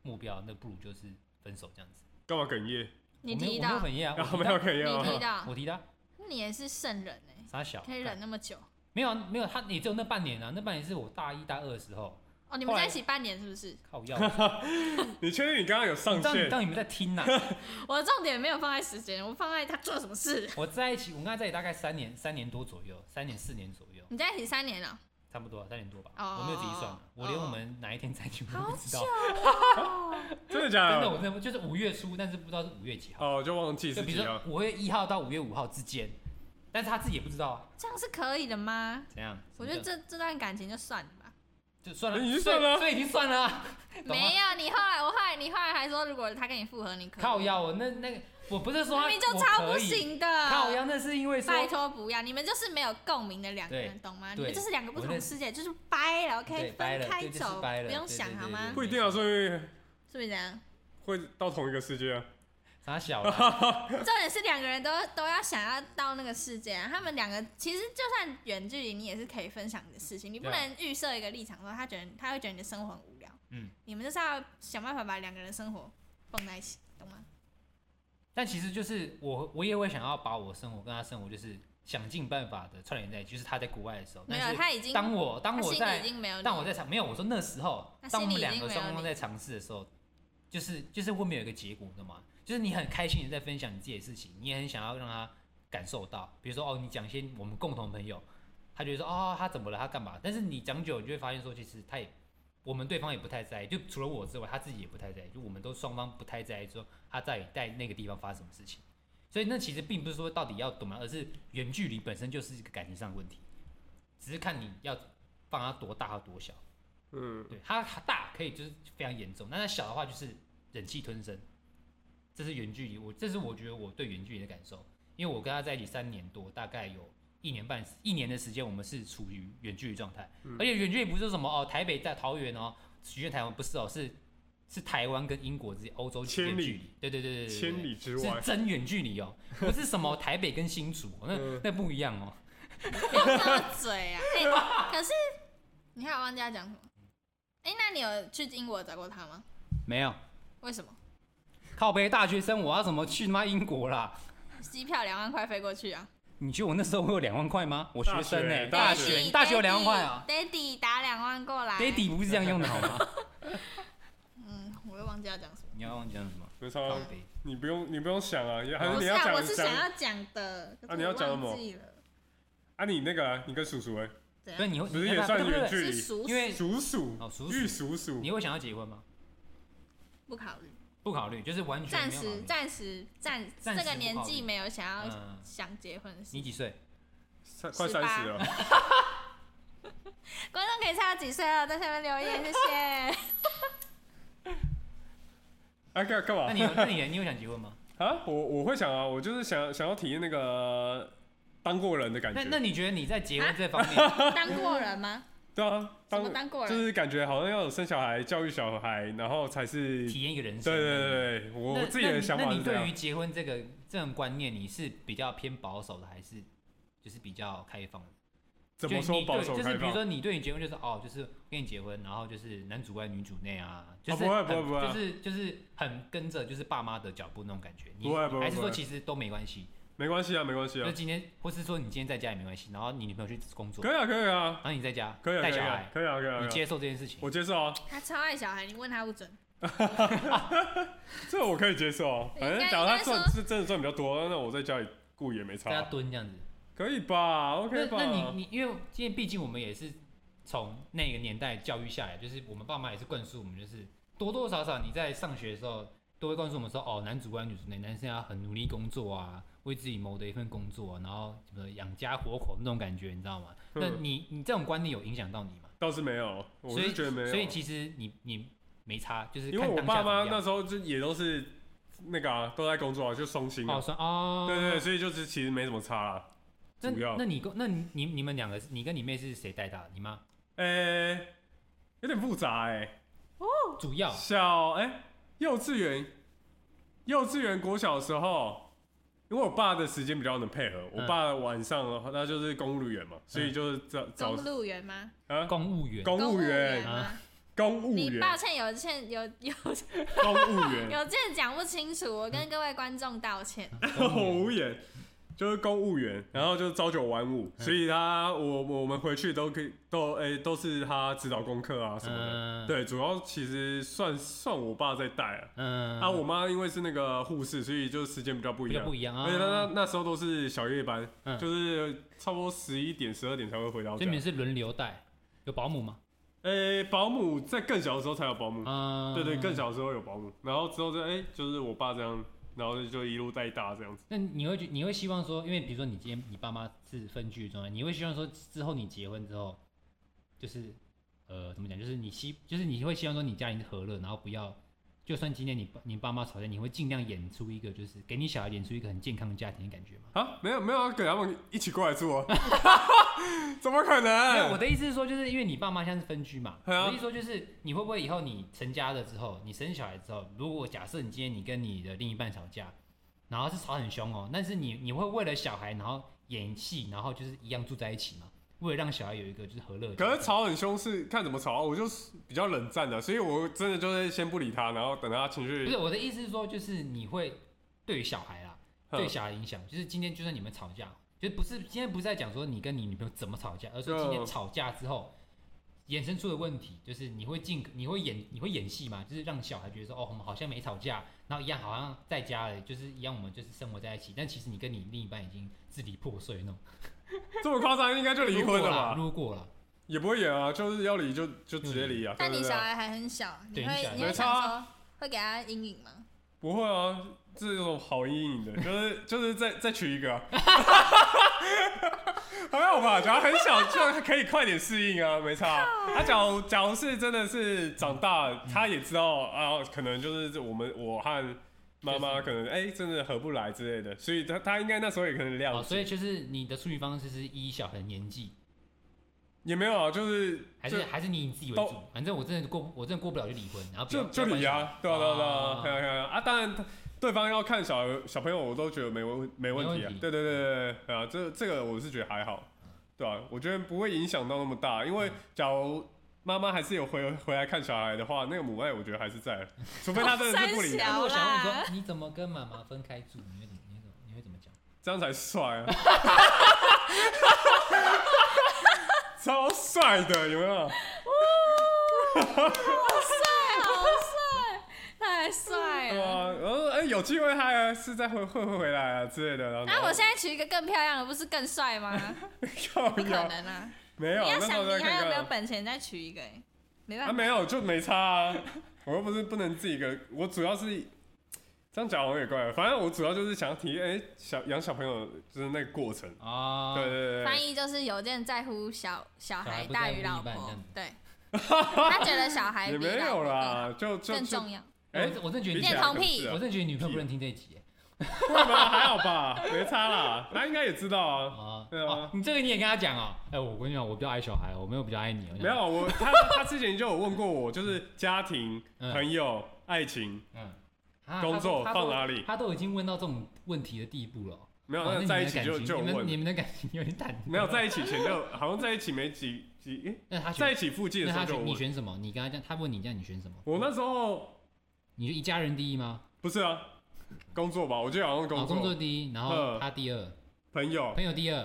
Speaker 2: 目标，那不如就是分手这样子。
Speaker 3: 干嘛哽咽？
Speaker 4: 你
Speaker 2: 我没有
Speaker 4: 提
Speaker 2: 我没
Speaker 4: 到
Speaker 2: 有，很厌啊，
Speaker 3: 然
Speaker 2: 我
Speaker 3: 后
Speaker 2: 提
Speaker 3: 没
Speaker 2: 到
Speaker 3: 有哽咽
Speaker 4: 你提
Speaker 3: 哦，
Speaker 4: 到，
Speaker 2: 我提他
Speaker 4: 你也是圣人哎、
Speaker 2: 傻小，
Speaker 4: 可以忍那么久
Speaker 2: 没有啊没有他也只有那半年啊，那半年是我大一大二的时候，
Speaker 4: 哦？你
Speaker 2: 后
Speaker 4: 们
Speaker 2: 来
Speaker 4: 在一起半年是不是？
Speaker 2: 靠
Speaker 3: *laughs*
Speaker 2: 腰，要
Speaker 3: 你确定你刚刚有上
Speaker 2: 当
Speaker 3: 线
Speaker 2: 你？当你们在听啊呐、
Speaker 4: 我的重点没有放在时间，我放在他做了什么事。 *laughs*
Speaker 2: 我在一起，我跟他在一起大概三年，三年多左右，三年四年左右。
Speaker 4: 你在一起三年了，
Speaker 2: 差不多啊三点多吧，
Speaker 4: 哦
Speaker 2: 我没有仔细算啊，我连我们哪一天在一起 *laughs* 我都不知道，
Speaker 3: 真的假
Speaker 2: 真的我真
Speaker 3: 的？
Speaker 2: 的不就是五月初，但是不知道是五月几号，
Speaker 3: 哦，就忘记
Speaker 2: 就是比
Speaker 3: 几
Speaker 2: 如
Speaker 3: 号
Speaker 2: 说。五月一号到五月五号之间，但是他自己也不知道啊，
Speaker 4: 这样是可以的吗？
Speaker 2: 怎样？
Speaker 4: 我觉得
Speaker 2: 怎么
Speaker 4: 这这段感情就算了吧。
Speaker 2: 就就算了，
Speaker 3: 已经
Speaker 2: 所以
Speaker 3: 算了啊
Speaker 2: 所以已经算了啊，懂吗
Speaker 4: 没？有，你后来我后来你后来还说，如果他跟你复合，你可以。
Speaker 2: 靠腰，我那那个我不是说
Speaker 4: 明
Speaker 2: 他
Speaker 4: 明就
Speaker 2: 我
Speaker 4: 超不
Speaker 2: 可以，
Speaker 4: 行的。
Speaker 2: 靠腰那是因为说
Speaker 4: 拜托不要，你们就是没有共鸣的两个人，
Speaker 2: 对
Speaker 4: 懂吗？你
Speaker 2: 对
Speaker 4: 们就是两个不
Speaker 2: 我
Speaker 4: 同
Speaker 2: 认
Speaker 4: 世界，就是掰了
Speaker 2: 对
Speaker 4: ，OK，
Speaker 2: 掰了
Speaker 4: 分开
Speaker 2: 对就是
Speaker 4: 走，
Speaker 2: 掰了
Speaker 4: 不用
Speaker 2: 对
Speaker 4: 想
Speaker 2: 对
Speaker 4: 好
Speaker 2: 对
Speaker 4: 吗
Speaker 2: 对？
Speaker 3: 不一定啊，所以
Speaker 4: 是不是这样？ *laughs*
Speaker 3: 会到同一个世界啊。
Speaker 2: 傻小
Speaker 3: *laughs*
Speaker 2: 了，
Speaker 4: 重点是两个人都都要想要到那个世界、啊，他们两个其实就算远距离，你也是可以分享你的事情，你不
Speaker 2: 对啊
Speaker 4: 能预设一个立场说他觉得他会觉得你的生活很无聊，
Speaker 2: 嗯，
Speaker 4: 你们就是要想办法把两个人的生活蹦在一起，懂吗？
Speaker 2: 但其实就是我我也会想要把我生活跟他生活就是想尽办法的串联在一起，就是他在国外的时候，
Speaker 4: 没
Speaker 2: 但
Speaker 4: 有，啊
Speaker 2: 是
Speaker 4: 他已经
Speaker 2: 当我当
Speaker 4: 他
Speaker 2: 我
Speaker 4: 心里
Speaker 2: 在
Speaker 4: 已经没有你，
Speaker 2: 但我在尝没有，我说那时候
Speaker 4: 他，
Speaker 2: 当
Speaker 4: 心里
Speaker 2: 我们
Speaker 4: 已
Speaker 2: 两
Speaker 4: 经
Speaker 2: 个
Speaker 4: 没有
Speaker 2: 双方
Speaker 4: 你
Speaker 2: 在尝试的时候，就是就是会没有一个结果的嘛。就是你很开心的在分享你自己的事情，你也很想要让他感受到，比如说哦，你讲一些我们共同朋友，他觉得说哦他怎么了，他干嘛？但是你讲久，你就会发现说其实他也我们对方也不太在意，就除了我之外，他自己也不太在意，就我们都双方不太在意说他在在那个地方发生什么事情。所以那其实并不是说到底要怎么样，而是远距离本身就是一个感情上的问题，只是看你要放它多大和多小。
Speaker 3: 嗯，
Speaker 2: 对，它大可以就是非常严重，那它小的话就是忍气吞声。这是远距离，我这是我觉得我对远距离的感受，因为我跟他在一起三年多，大概有一年半一年的时间，我们是处于远距离状态，
Speaker 3: 嗯
Speaker 2: 而且远距离不是什么哦，台北在桃园哦，许愿台湾不是哦，是是台湾跟英国之间欧洲之间
Speaker 3: 千
Speaker 2: 的
Speaker 3: 里
Speaker 2: 距离，对对对对对对，
Speaker 3: 千里之外
Speaker 2: 是真远距离哦，不是什么台北跟新竹，那
Speaker 3: 嗯
Speaker 2: 那不一样哦。
Speaker 4: 不要这么
Speaker 2: *laughs*
Speaker 4: 嘴啊！哎可是你看我忘记要讲什么。哎，那你有去英国找过他吗？
Speaker 2: 没有
Speaker 4: 为什么？
Speaker 2: 靠背大学生，我要怎么去他妈英国啦？
Speaker 4: 机票两万块飞过去啊！
Speaker 2: 你觉得我那时候会有两万块吗？我学生呢、
Speaker 3: 大学
Speaker 2: 学，
Speaker 4: Daddy，
Speaker 2: 你大学有两万块啊
Speaker 4: Daddy，Daddy 打两万过来。
Speaker 2: ？Daddy 不是这样用的好吗？ *laughs*
Speaker 4: 嗯，我又忘记要讲什么。
Speaker 2: 你要忘记讲什么？
Speaker 3: 没错，啊
Speaker 2: 北
Speaker 3: 你不用你不用想啊，也还是
Speaker 4: 不
Speaker 3: 你
Speaker 4: 是
Speaker 3: 要
Speaker 4: 啊，
Speaker 3: 讲
Speaker 4: 我是想
Speaker 3: 讲
Speaker 4: 要讲的，可
Speaker 3: 啊
Speaker 4: 是
Speaker 3: 你要
Speaker 4: 我
Speaker 3: 讲什么
Speaker 4: 忘记了。
Speaker 3: 啊，你那个啊你跟叔叔哎，
Speaker 4: 怎
Speaker 2: 对，
Speaker 4: 样？
Speaker 2: 你会
Speaker 3: 不是也算
Speaker 2: 对不对
Speaker 3: 远距
Speaker 4: 是
Speaker 3: 离？
Speaker 4: 熟
Speaker 2: 因为
Speaker 3: 鼠鼠
Speaker 2: 哦鼠鼠
Speaker 3: 玉鼠鼠
Speaker 2: 你，会想要结婚吗？
Speaker 4: 不考虑，
Speaker 2: 不考虑，就是完全
Speaker 4: 暂
Speaker 2: 没有考
Speaker 4: 时
Speaker 2: 虑。
Speaker 4: 暂时暂
Speaker 2: 暂时
Speaker 4: 这个年
Speaker 2: 不考虑
Speaker 4: 纪没有想要
Speaker 2: 嗯，
Speaker 4: 想结婚的事
Speaker 2: 你。几岁？
Speaker 3: 三快
Speaker 4: 十
Speaker 3: 三
Speaker 4: 八
Speaker 3: 十
Speaker 2: *laughs*
Speaker 3: 了，
Speaker 4: 观众可以猜到几岁了，在下面留言，谢谢。
Speaker 2: *laughs*
Speaker 3: 哎干干
Speaker 2: 那
Speaker 3: 嘛
Speaker 2: 你
Speaker 3: *laughs*
Speaker 2: 有那你你有想结婚吗？
Speaker 3: 啊？我我会想啊，我就是想想要体验那个当过人的感
Speaker 2: 那那
Speaker 3: 觉，
Speaker 2: 你觉得你在结婚这方面，
Speaker 3: *laughs*
Speaker 4: 当过人吗？
Speaker 3: 对啊，
Speaker 4: 什么
Speaker 3: 当
Speaker 4: 当过
Speaker 3: 就
Speaker 4: 人？
Speaker 3: 是感觉好像要有生小孩、教育小孩，然后才是
Speaker 2: 体验一个人生？
Speaker 3: 对对对对，我
Speaker 2: 那
Speaker 3: 我自己的想
Speaker 2: 那
Speaker 3: 法
Speaker 2: 你
Speaker 3: 是
Speaker 2: 那你
Speaker 3: 这
Speaker 2: 对于
Speaker 3: 样。
Speaker 2: 结婚这个这种观念，你是比较偏保守的，还是就是比较开放的？
Speaker 3: 怎么
Speaker 2: 就
Speaker 3: 说
Speaker 2: 你
Speaker 3: 保
Speaker 2: 对
Speaker 3: 守
Speaker 2: 就
Speaker 3: 开
Speaker 2: 是比如
Speaker 3: 放？
Speaker 2: 说你对你结婚就是哦，就是跟你结婚，然后就是男主外女主内啊，就是
Speaker 3: 哦不会
Speaker 2: 很
Speaker 3: 不会不会
Speaker 2: 就是就是很跟着就是爸妈的脚步那种感觉。你
Speaker 3: 不会不会
Speaker 2: 还是
Speaker 3: 不
Speaker 2: 说
Speaker 3: 会
Speaker 2: 其实都没关系，
Speaker 3: 没关系啊，没关系
Speaker 2: 就
Speaker 3: 啊
Speaker 2: 是，今天或是说你今天在家也没关系，然后你女朋友去工作，
Speaker 3: 可以啊，可以啊，
Speaker 2: 然后你在家
Speaker 3: 可以啊，可
Speaker 2: 带
Speaker 3: 以
Speaker 2: 小
Speaker 3: 啊
Speaker 2: 孩，，
Speaker 3: 可以啊，可以
Speaker 2: 你
Speaker 3: 啊可以啊，
Speaker 2: 接受这件事情。
Speaker 3: 我接受啊，
Speaker 4: 他超爱小孩，你问他不准。
Speaker 3: 这我可以接受
Speaker 4: *laughs*
Speaker 3: 啊。
Speaker 4: 应该
Speaker 3: 反正假如他
Speaker 4: 应
Speaker 3: 赚
Speaker 4: 该
Speaker 3: 是真的赚比较多，那我在家里顾也没差
Speaker 2: 在家
Speaker 3: 啊，
Speaker 2: 蹲这样子，
Speaker 3: 可以吧
Speaker 2: 那
Speaker 3: ？OK 吧？
Speaker 2: 那你你因为因为毕竟我们也是从那个年代教育下来，就是我们爸妈也是灌输我们，就是多多少少你在上学的时候都会灌输我们说，哦，男主外女主内，男生要很努力工作啊，为自己谋得一份工作、啊然后什么养家活口那种感觉，你知道吗？
Speaker 3: 嗯
Speaker 2: 那你你这种观念有影响到你吗？
Speaker 3: 倒是没有，我
Speaker 2: 所以
Speaker 3: 是觉得没有，啊
Speaker 2: 所以其实你你没差，就是
Speaker 3: 因为
Speaker 2: 看
Speaker 3: 我
Speaker 2: 当下
Speaker 3: 爸
Speaker 2: 怎么
Speaker 3: 妈
Speaker 2: 样
Speaker 3: 那时候就也都是那个啊，都在工作啊，就双薪
Speaker 2: 哦
Speaker 3: 啊，
Speaker 2: 算哦，
Speaker 3: 对对，对所以就是其实没什么差啦。
Speaker 2: 那
Speaker 3: 主要
Speaker 2: 那你跟那你你你们两个，你跟你妹是谁带大的？你妈
Speaker 3: 呃，有点复杂哎，
Speaker 2: 主
Speaker 3: *laughs*
Speaker 2: 要
Speaker 3: 小哎幼稚园，幼稚园国小的时候。因为我爸的时间比较能配合，我
Speaker 2: 嗯
Speaker 3: 爸晚上的话他就是公务员嘛，所以就是早早
Speaker 4: 公路员吗？
Speaker 3: 啊
Speaker 2: 公务员，
Speaker 3: 公务员
Speaker 4: 公吗？
Speaker 3: 公务
Speaker 4: 你
Speaker 3: 员，
Speaker 4: 抱歉，有欠有有
Speaker 3: 公务员， *laughs*
Speaker 4: 有件讲不清楚，我跟各位观众道歉。
Speaker 2: 公务
Speaker 3: 公
Speaker 2: 员
Speaker 3: 务员就是公务员，然后就是朝九晚五，
Speaker 2: 嗯
Speaker 3: 所以他我我们回去都可以都诶、都是他指导功课啊什么的。
Speaker 2: 嗯，
Speaker 3: 对，主要其实算算我爸在带啊，
Speaker 2: 嗯，
Speaker 3: 啊我妈因为是那个护士，所以就时间比较不一
Speaker 2: 比较
Speaker 3: 样，
Speaker 2: 不一样啊，
Speaker 3: 而且她那那时候都是小夜班，
Speaker 2: 嗯
Speaker 3: 就是差不多十一点十二点才会回到
Speaker 2: 所以
Speaker 3: 家
Speaker 2: 你。们是轮流带，有保姆吗？
Speaker 3: 诶、保姆在更小的时候才有保姆，
Speaker 2: 嗯，
Speaker 3: 对对，更。小的时候有保姆，然后之后就诶、就是我爸这样，然后就一路带大这样子。
Speaker 2: 那你会觉你会希望说，因为比如说你今天你爸妈是分居的状态，你会希望说之后你结婚之后，就是呃怎么讲，就是你希就是你会希望说你家庭是和乐，然后不要。就算今天你爸你爸妈吵架，你会尽量演出一个，就是给你小孩演出一个很健康的家庭的感觉吗？
Speaker 3: 啊，没有没有要给他们一起过来住
Speaker 2: *laughs*
Speaker 3: 啊？怎么可
Speaker 2: 没有，我
Speaker 3: 能？
Speaker 2: 的意思是说，就是因为你爸妈现在是分居嘛，
Speaker 3: 对啊
Speaker 2: 我的意思说就是你会不会以后你成家了之后，你生小孩之后，如果假设你今天你跟你的另一半吵架，然后是吵很凶哦，但是你你会为了小孩然后演戏，然后就是一样住在一起嘛，为了让小孩有一个就是和乐的家庭。
Speaker 3: 可是吵很凶是看怎么吵啊，我就是比较冷战的，所以我真的就是先不理他，然后等他情
Speaker 2: 不
Speaker 3: 绪
Speaker 2: 是我的意思是说，就是你会对于小孩啦，
Speaker 3: 嗯
Speaker 2: 对小孩影响，就是今天就算你们吵架，就不是今天不是在讲说你跟你女朋友怎么吵架，而是今天
Speaker 3: 嗯
Speaker 2: 吵架之后衍生出的问题，就是你会进你会演你会演戏嘛，就是让小孩觉得说哦，我们好像没吵架，然后一样好像在家了，就是一样我们就是生活在一起，但其实你跟你另一半已经支离破碎那种。
Speaker 3: 这么夸张，应该就离婚
Speaker 2: 如果
Speaker 3: 了
Speaker 2: 啦
Speaker 3: 吧？
Speaker 2: 如果啦，
Speaker 3: 也不会演啊，就是要离就就直接离
Speaker 2: 嗯
Speaker 3: 啊。
Speaker 4: 但
Speaker 3: 对
Speaker 4: 你
Speaker 3: 不
Speaker 4: 小
Speaker 3: 对
Speaker 4: 孩还很小，你
Speaker 2: 对你小
Speaker 4: 会
Speaker 2: 孩
Speaker 4: 你会
Speaker 3: 没差
Speaker 4: 想
Speaker 3: 啊
Speaker 4: 说会给他阴影吗？
Speaker 3: 不会啊，这有什么好阴
Speaker 2: *laughs*
Speaker 3: 影的？就是就是再再娶一个、啊， *laughs* 还好吧？假如很小，就可以快点适应啊，没差啊。他、假如假如是真的是长大，他也知道啊，可能就是我们我和妈妈可能哎、真的合不来之类的，所以他他应该那时候也可能
Speaker 2: 哦，
Speaker 3: 谅
Speaker 2: 所
Speaker 3: 解。
Speaker 2: 以就是你的处理方式是依小孩的年纪，
Speaker 3: 也没有啊，就是
Speaker 2: 还
Speaker 3: 就是
Speaker 2: 还是你以你自己为
Speaker 3: 都
Speaker 2: 主。反正我真的过不，我真的过不了就离婚，然后不要
Speaker 3: 就哦就
Speaker 2: 不要管
Speaker 3: 理
Speaker 2: 小
Speaker 3: 啊
Speaker 2: 孩，
Speaker 3: 对啊对啊对
Speaker 2: 哦
Speaker 3: 啊，对啊对啊啊！当然他，对方要看小小朋友，我都觉得没问没问
Speaker 2: 没
Speaker 3: 题啊
Speaker 2: 问题。
Speaker 3: 对对对对对啊，这这个我是觉得还好，对啊，我觉得不会影响到那么大，因
Speaker 4: 嗯
Speaker 3: 为假如妈妈还是有回回来看小孩的话，那个母爱我觉得还是
Speaker 4: *laughs*
Speaker 3: 在的，除非他真的是不理啊
Speaker 4: 三，小
Speaker 2: 那我想问你
Speaker 4: 啦
Speaker 2: 说，你怎么跟妈妈分开住？你会怎么？你会怎么？你会怎么讲？
Speaker 3: 这样才帅
Speaker 4: *laughs*
Speaker 3: 啊，超帅的，有没有？
Speaker 4: 帅，好帅，太帅
Speaker 3: 对
Speaker 4: 了！
Speaker 3: 啊，然后哎，有机会他是再会会会回来啊之类的，然后
Speaker 4: 那我现在娶一个更漂亮的，不是更帅吗？
Speaker 3: 靠
Speaker 4: 不可
Speaker 3: 腰
Speaker 4: 能啊！
Speaker 3: 没有，
Speaker 4: 你要
Speaker 3: 那时
Speaker 4: 想
Speaker 3: 候再
Speaker 4: 你还
Speaker 3: 看啊
Speaker 4: 有没有
Speaker 3: 看。
Speaker 4: 本钱再娶一个？哎，没办
Speaker 3: 啊，
Speaker 4: 法，
Speaker 3: 没有就没差啊，我又不是不能自己一个，我主要是这样讲好像也怪，啊反正我主要就是想要体验，哎、小养小朋友就是那个过程，
Speaker 2: 啊，
Speaker 3: 对对对
Speaker 4: 翻
Speaker 3: 对，
Speaker 4: 译就是有点在乎小小
Speaker 2: 小孩
Speaker 4: 孩
Speaker 2: 不
Speaker 4: 大
Speaker 2: 在乎
Speaker 4: 于老
Speaker 2: 另一半这
Speaker 4: 婆
Speaker 2: 样子，
Speaker 4: 对，他觉得小孩
Speaker 3: 也
Speaker 4: 比
Speaker 3: 没
Speaker 4: 老
Speaker 3: 有
Speaker 4: 婆
Speaker 3: 啦，就就
Speaker 4: 更更
Speaker 3: 就，
Speaker 4: 啊重要。
Speaker 2: 我
Speaker 3: 哎
Speaker 2: 我真的觉得
Speaker 3: 比
Speaker 2: 你
Speaker 3: 起来
Speaker 4: 恋童
Speaker 3: 可能
Speaker 4: 癖
Speaker 3: 是啊
Speaker 2: 我真的觉得你女朋友不能听这一集
Speaker 3: 会吗？还好吧，没差啦，他应该也知道啊，
Speaker 2: 啊。
Speaker 3: 对啊
Speaker 2: 哦你这个你也跟她讲哦。哎，我跟你讲，我比较爱小孩，我没有比较爱你。我想哦
Speaker 3: 没有，我他他之前就有问过我，就是家庭、
Speaker 2: 嗯
Speaker 3: 朋友、爱情，
Speaker 2: 嗯，啊
Speaker 3: 工作
Speaker 2: 她都
Speaker 3: 放哪里
Speaker 2: 她都已经问到这种问题的地步了哦。
Speaker 3: 没有，
Speaker 2: 哦那
Speaker 3: 那
Speaker 2: 你
Speaker 3: 在
Speaker 2: 们
Speaker 3: 一
Speaker 2: 的
Speaker 3: 起
Speaker 2: 感
Speaker 3: 就
Speaker 2: 情
Speaker 3: 就有
Speaker 2: 你们
Speaker 3: 问，
Speaker 2: 你们的感情有点淡。
Speaker 3: 没有在一起前就好像在一起没几几，哎、
Speaker 2: 那他
Speaker 3: 在
Speaker 2: 选，
Speaker 3: 一起附近的
Speaker 2: 那
Speaker 3: 时候
Speaker 2: 他选
Speaker 3: 就有
Speaker 2: 你
Speaker 3: 问，
Speaker 2: 选什么？你跟他讲，他问你这样，你选什么？
Speaker 3: 我那时候
Speaker 2: 你就一家人第一吗？
Speaker 3: 不是啊，工作吧，我觉得好像
Speaker 2: 哦
Speaker 3: 工作，
Speaker 2: 工作第一，然后
Speaker 3: 嗯
Speaker 2: 他第二，
Speaker 3: 朋友，
Speaker 2: 朋友第二，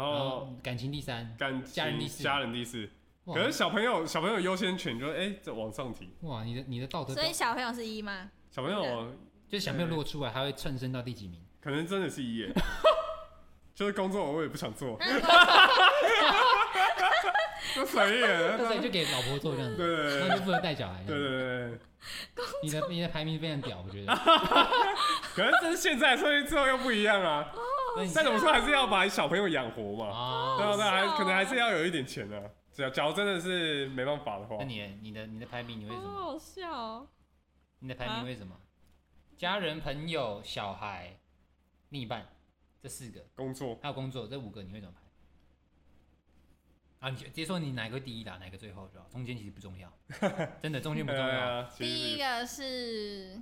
Speaker 2: 然
Speaker 3: 后
Speaker 2: 后感情第三。
Speaker 3: 感情
Speaker 2: 哦家人第四
Speaker 3: 家人第四。
Speaker 2: 哇
Speaker 3: 可是小朋友，小朋友优先权就是哎，这、往上提。
Speaker 2: 哇，你的你的道德
Speaker 4: 所
Speaker 2: 标，
Speaker 4: 以小朋友是一吗？
Speaker 3: 小朋友啊
Speaker 2: 就是小朋友如果出来，他会蹭升到第几名？
Speaker 3: 可能真的
Speaker 2: *laughs*
Speaker 3: 是一耶，就是工作我也不想做，
Speaker 4: 那如果
Speaker 3: 就随缘。
Speaker 2: 那所以
Speaker 3: 对
Speaker 2: 就给老婆做这样子，
Speaker 3: 对对
Speaker 2: 那就不能带小孩。
Speaker 3: 对对对对，
Speaker 2: 你的你的排名非常屌，我
Speaker 3: *laughs*
Speaker 2: 觉得。
Speaker 3: 可是这是现在，所以之后又不一样啊。
Speaker 2: 那你
Speaker 3: 再怎么说还是要把小朋友养活嘛，
Speaker 2: 啊，
Speaker 3: 对啊对啊，
Speaker 4: 好笑哦
Speaker 3: 还可能还是要有一点钱啊。只要假如真的是没办法的话
Speaker 2: 那，你的你的你的排名你会什
Speaker 4: 好
Speaker 2: 么？
Speaker 4: 好笑哦！
Speaker 2: 你的排名会什么？家人、朋友、小孩、另一半，这四个，
Speaker 3: 工作
Speaker 2: 还有工作，这五个你会怎么排？啊，你就直接说你哪个第一啦，哪个最后就好，中间其实不重要，真的中间不重
Speaker 3: *laughs* 对
Speaker 2: 要。
Speaker 3: 啊，其实
Speaker 4: 第一个是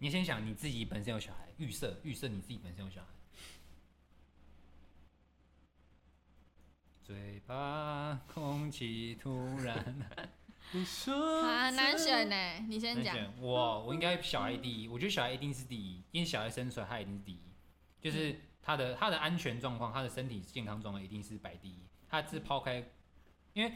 Speaker 2: 你先想你自己本身有小孩，预设预设你自己本身有小孩。嘴巴空气突然
Speaker 3: 你说
Speaker 4: 啊，很难选呢。你先
Speaker 2: 很
Speaker 4: 讲，嗯
Speaker 2: 选我，我应该小孩第一，我觉得小孩一定是第一，因为小孩生出来他一定是第一，就是
Speaker 4: 嗯
Speaker 2: 他的他的安全状况，他的身体健康状况一定是摆第一，他是抛开，因为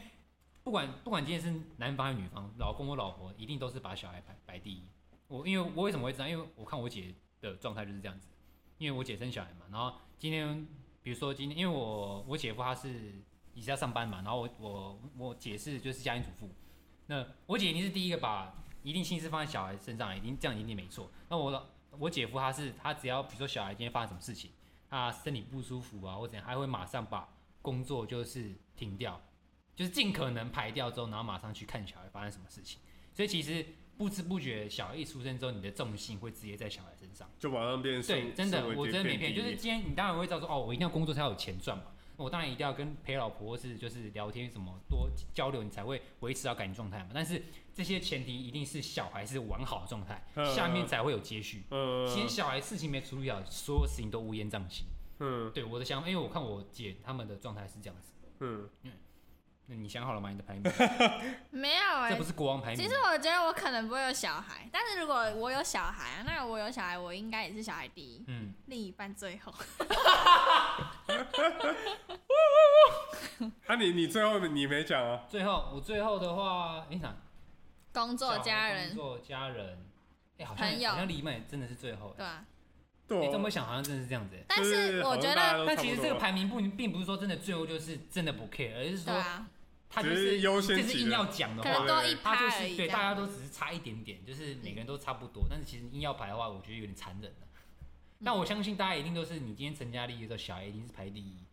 Speaker 2: 不管不管今天是男方还是女方，老公或老婆一定都是把小孩摆摆第一。我因为我为什么会知道？因为我看我姐的状态就是这样子，因为我姐生小孩嘛，然后今天比如说今天，因为我我姐夫他是以前在上班嘛，然后我我我姐是就是家庭主妇，那我姐一定是第一个把一定心思放在小孩身上，一定这样一定没错。那我老我姐夫他是他只要比如说小孩今天发生什么事情，他身体不舒服啊或怎样，他会马上把工作就是停掉，就是尽可能排掉之后，然后马上去看小孩发生什么事情。所以其实不知不觉，小孩一出生之后，你的重心会直接在小孩身上。
Speaker 3: 就马上变顺
Speaker 2: 对，真的，
Speaker 3: 顺位
Speaker 2: 我
Speaker 3: 就
Speaker 2: 真的没骗
Speaker 3: 变
Speaker 2: 你，
Speaker 3: 第一
Speaker 2: 就是今天你当然会知道说，哦，我一定要工作才有钱赚嘛，我当然一定要跟陪老婆或是就是聊天什么多交流，你才会维持到感情状态嘛。但是这些前提一定是小孩是完好的状态，
Speaker 3: 嗯
Speaker 2: 下面才会有接续。
Speaker 3: 嗯
Speaker 2: 今天小孩事情没处理好，所有事情都乌烟瘴气。
Speaker 3: 嗯
Speaker 2: 对我的想法，因为我看我姐他们的状态是这样子，
Speaker 3: 嗯，
Speaker 2: 那你想好了吗？你的排名，
Speaker 4: 没有哎、
Speaker 2: 这不是国王排名。
Speaker 4: 其实我觉得我可能不会有小孩，但是如果我有小孩、啊，那我有小孩，我应该也是小孩第一，
Speaker 2: 嗯，
Speaker 4: 另一半最
Speaker 2: *laughs*
Speaker 4: 后。
Speaker 3: 啊你你最后你没讲啊？
Speaker 2: 最后我最后的话，哎哪？
Speaker 4: 工作、
Speaker 2: 小孩
Speaker 4: 家
Speaker 2: 工
Speaker 4: 人，
Speaker 2: 作、家人，哎，好像
Speaker 4: 朋友
Speaker 2: 好像李曼真的是最后，
Speaker 4: 对啊。
Speaker 3: 对
Speaker 2: 哎，
Speaker 3: 哦，
Speaker 2: 这么想好像真的是这样子。哎
Speaker 4: 但是我觉得，
Speaker 2: 但其实这个排名不并不是说真的最后就是真的不 care，而是
Speaker 4: 对
Speaker 2: 说
Speaker 4: 啊，
Speaker 2: 他就
Speaker 3: 只是
Speaker 2: 是
Speaker 3: 优先
Speaker 2: 就是
Speaker 3: 级
Speaker 2: 硬
Speaker 3: 的
Speaker 2: 要讲的
Speaker 4: 可能
Speaker 2: 话，
Speaker 4: 多一
Speaker 2: 他就
Speaker 4: 趴而
Speaker 2: 是
Speaker 4: 已。
Speaker 2: 对
Speaker 4: 这
Speaker 2: 大
Speaker 4: 样
Speaker 2: 家都只是差一点点，就是每个人都差不多，但是其实硬要排的话，我觉得有点残忍了。
Speaker 4: 嗯
Speaker 2: 但我相信大家一定都是，你今天成家立业的时候，小孩一定是排第一，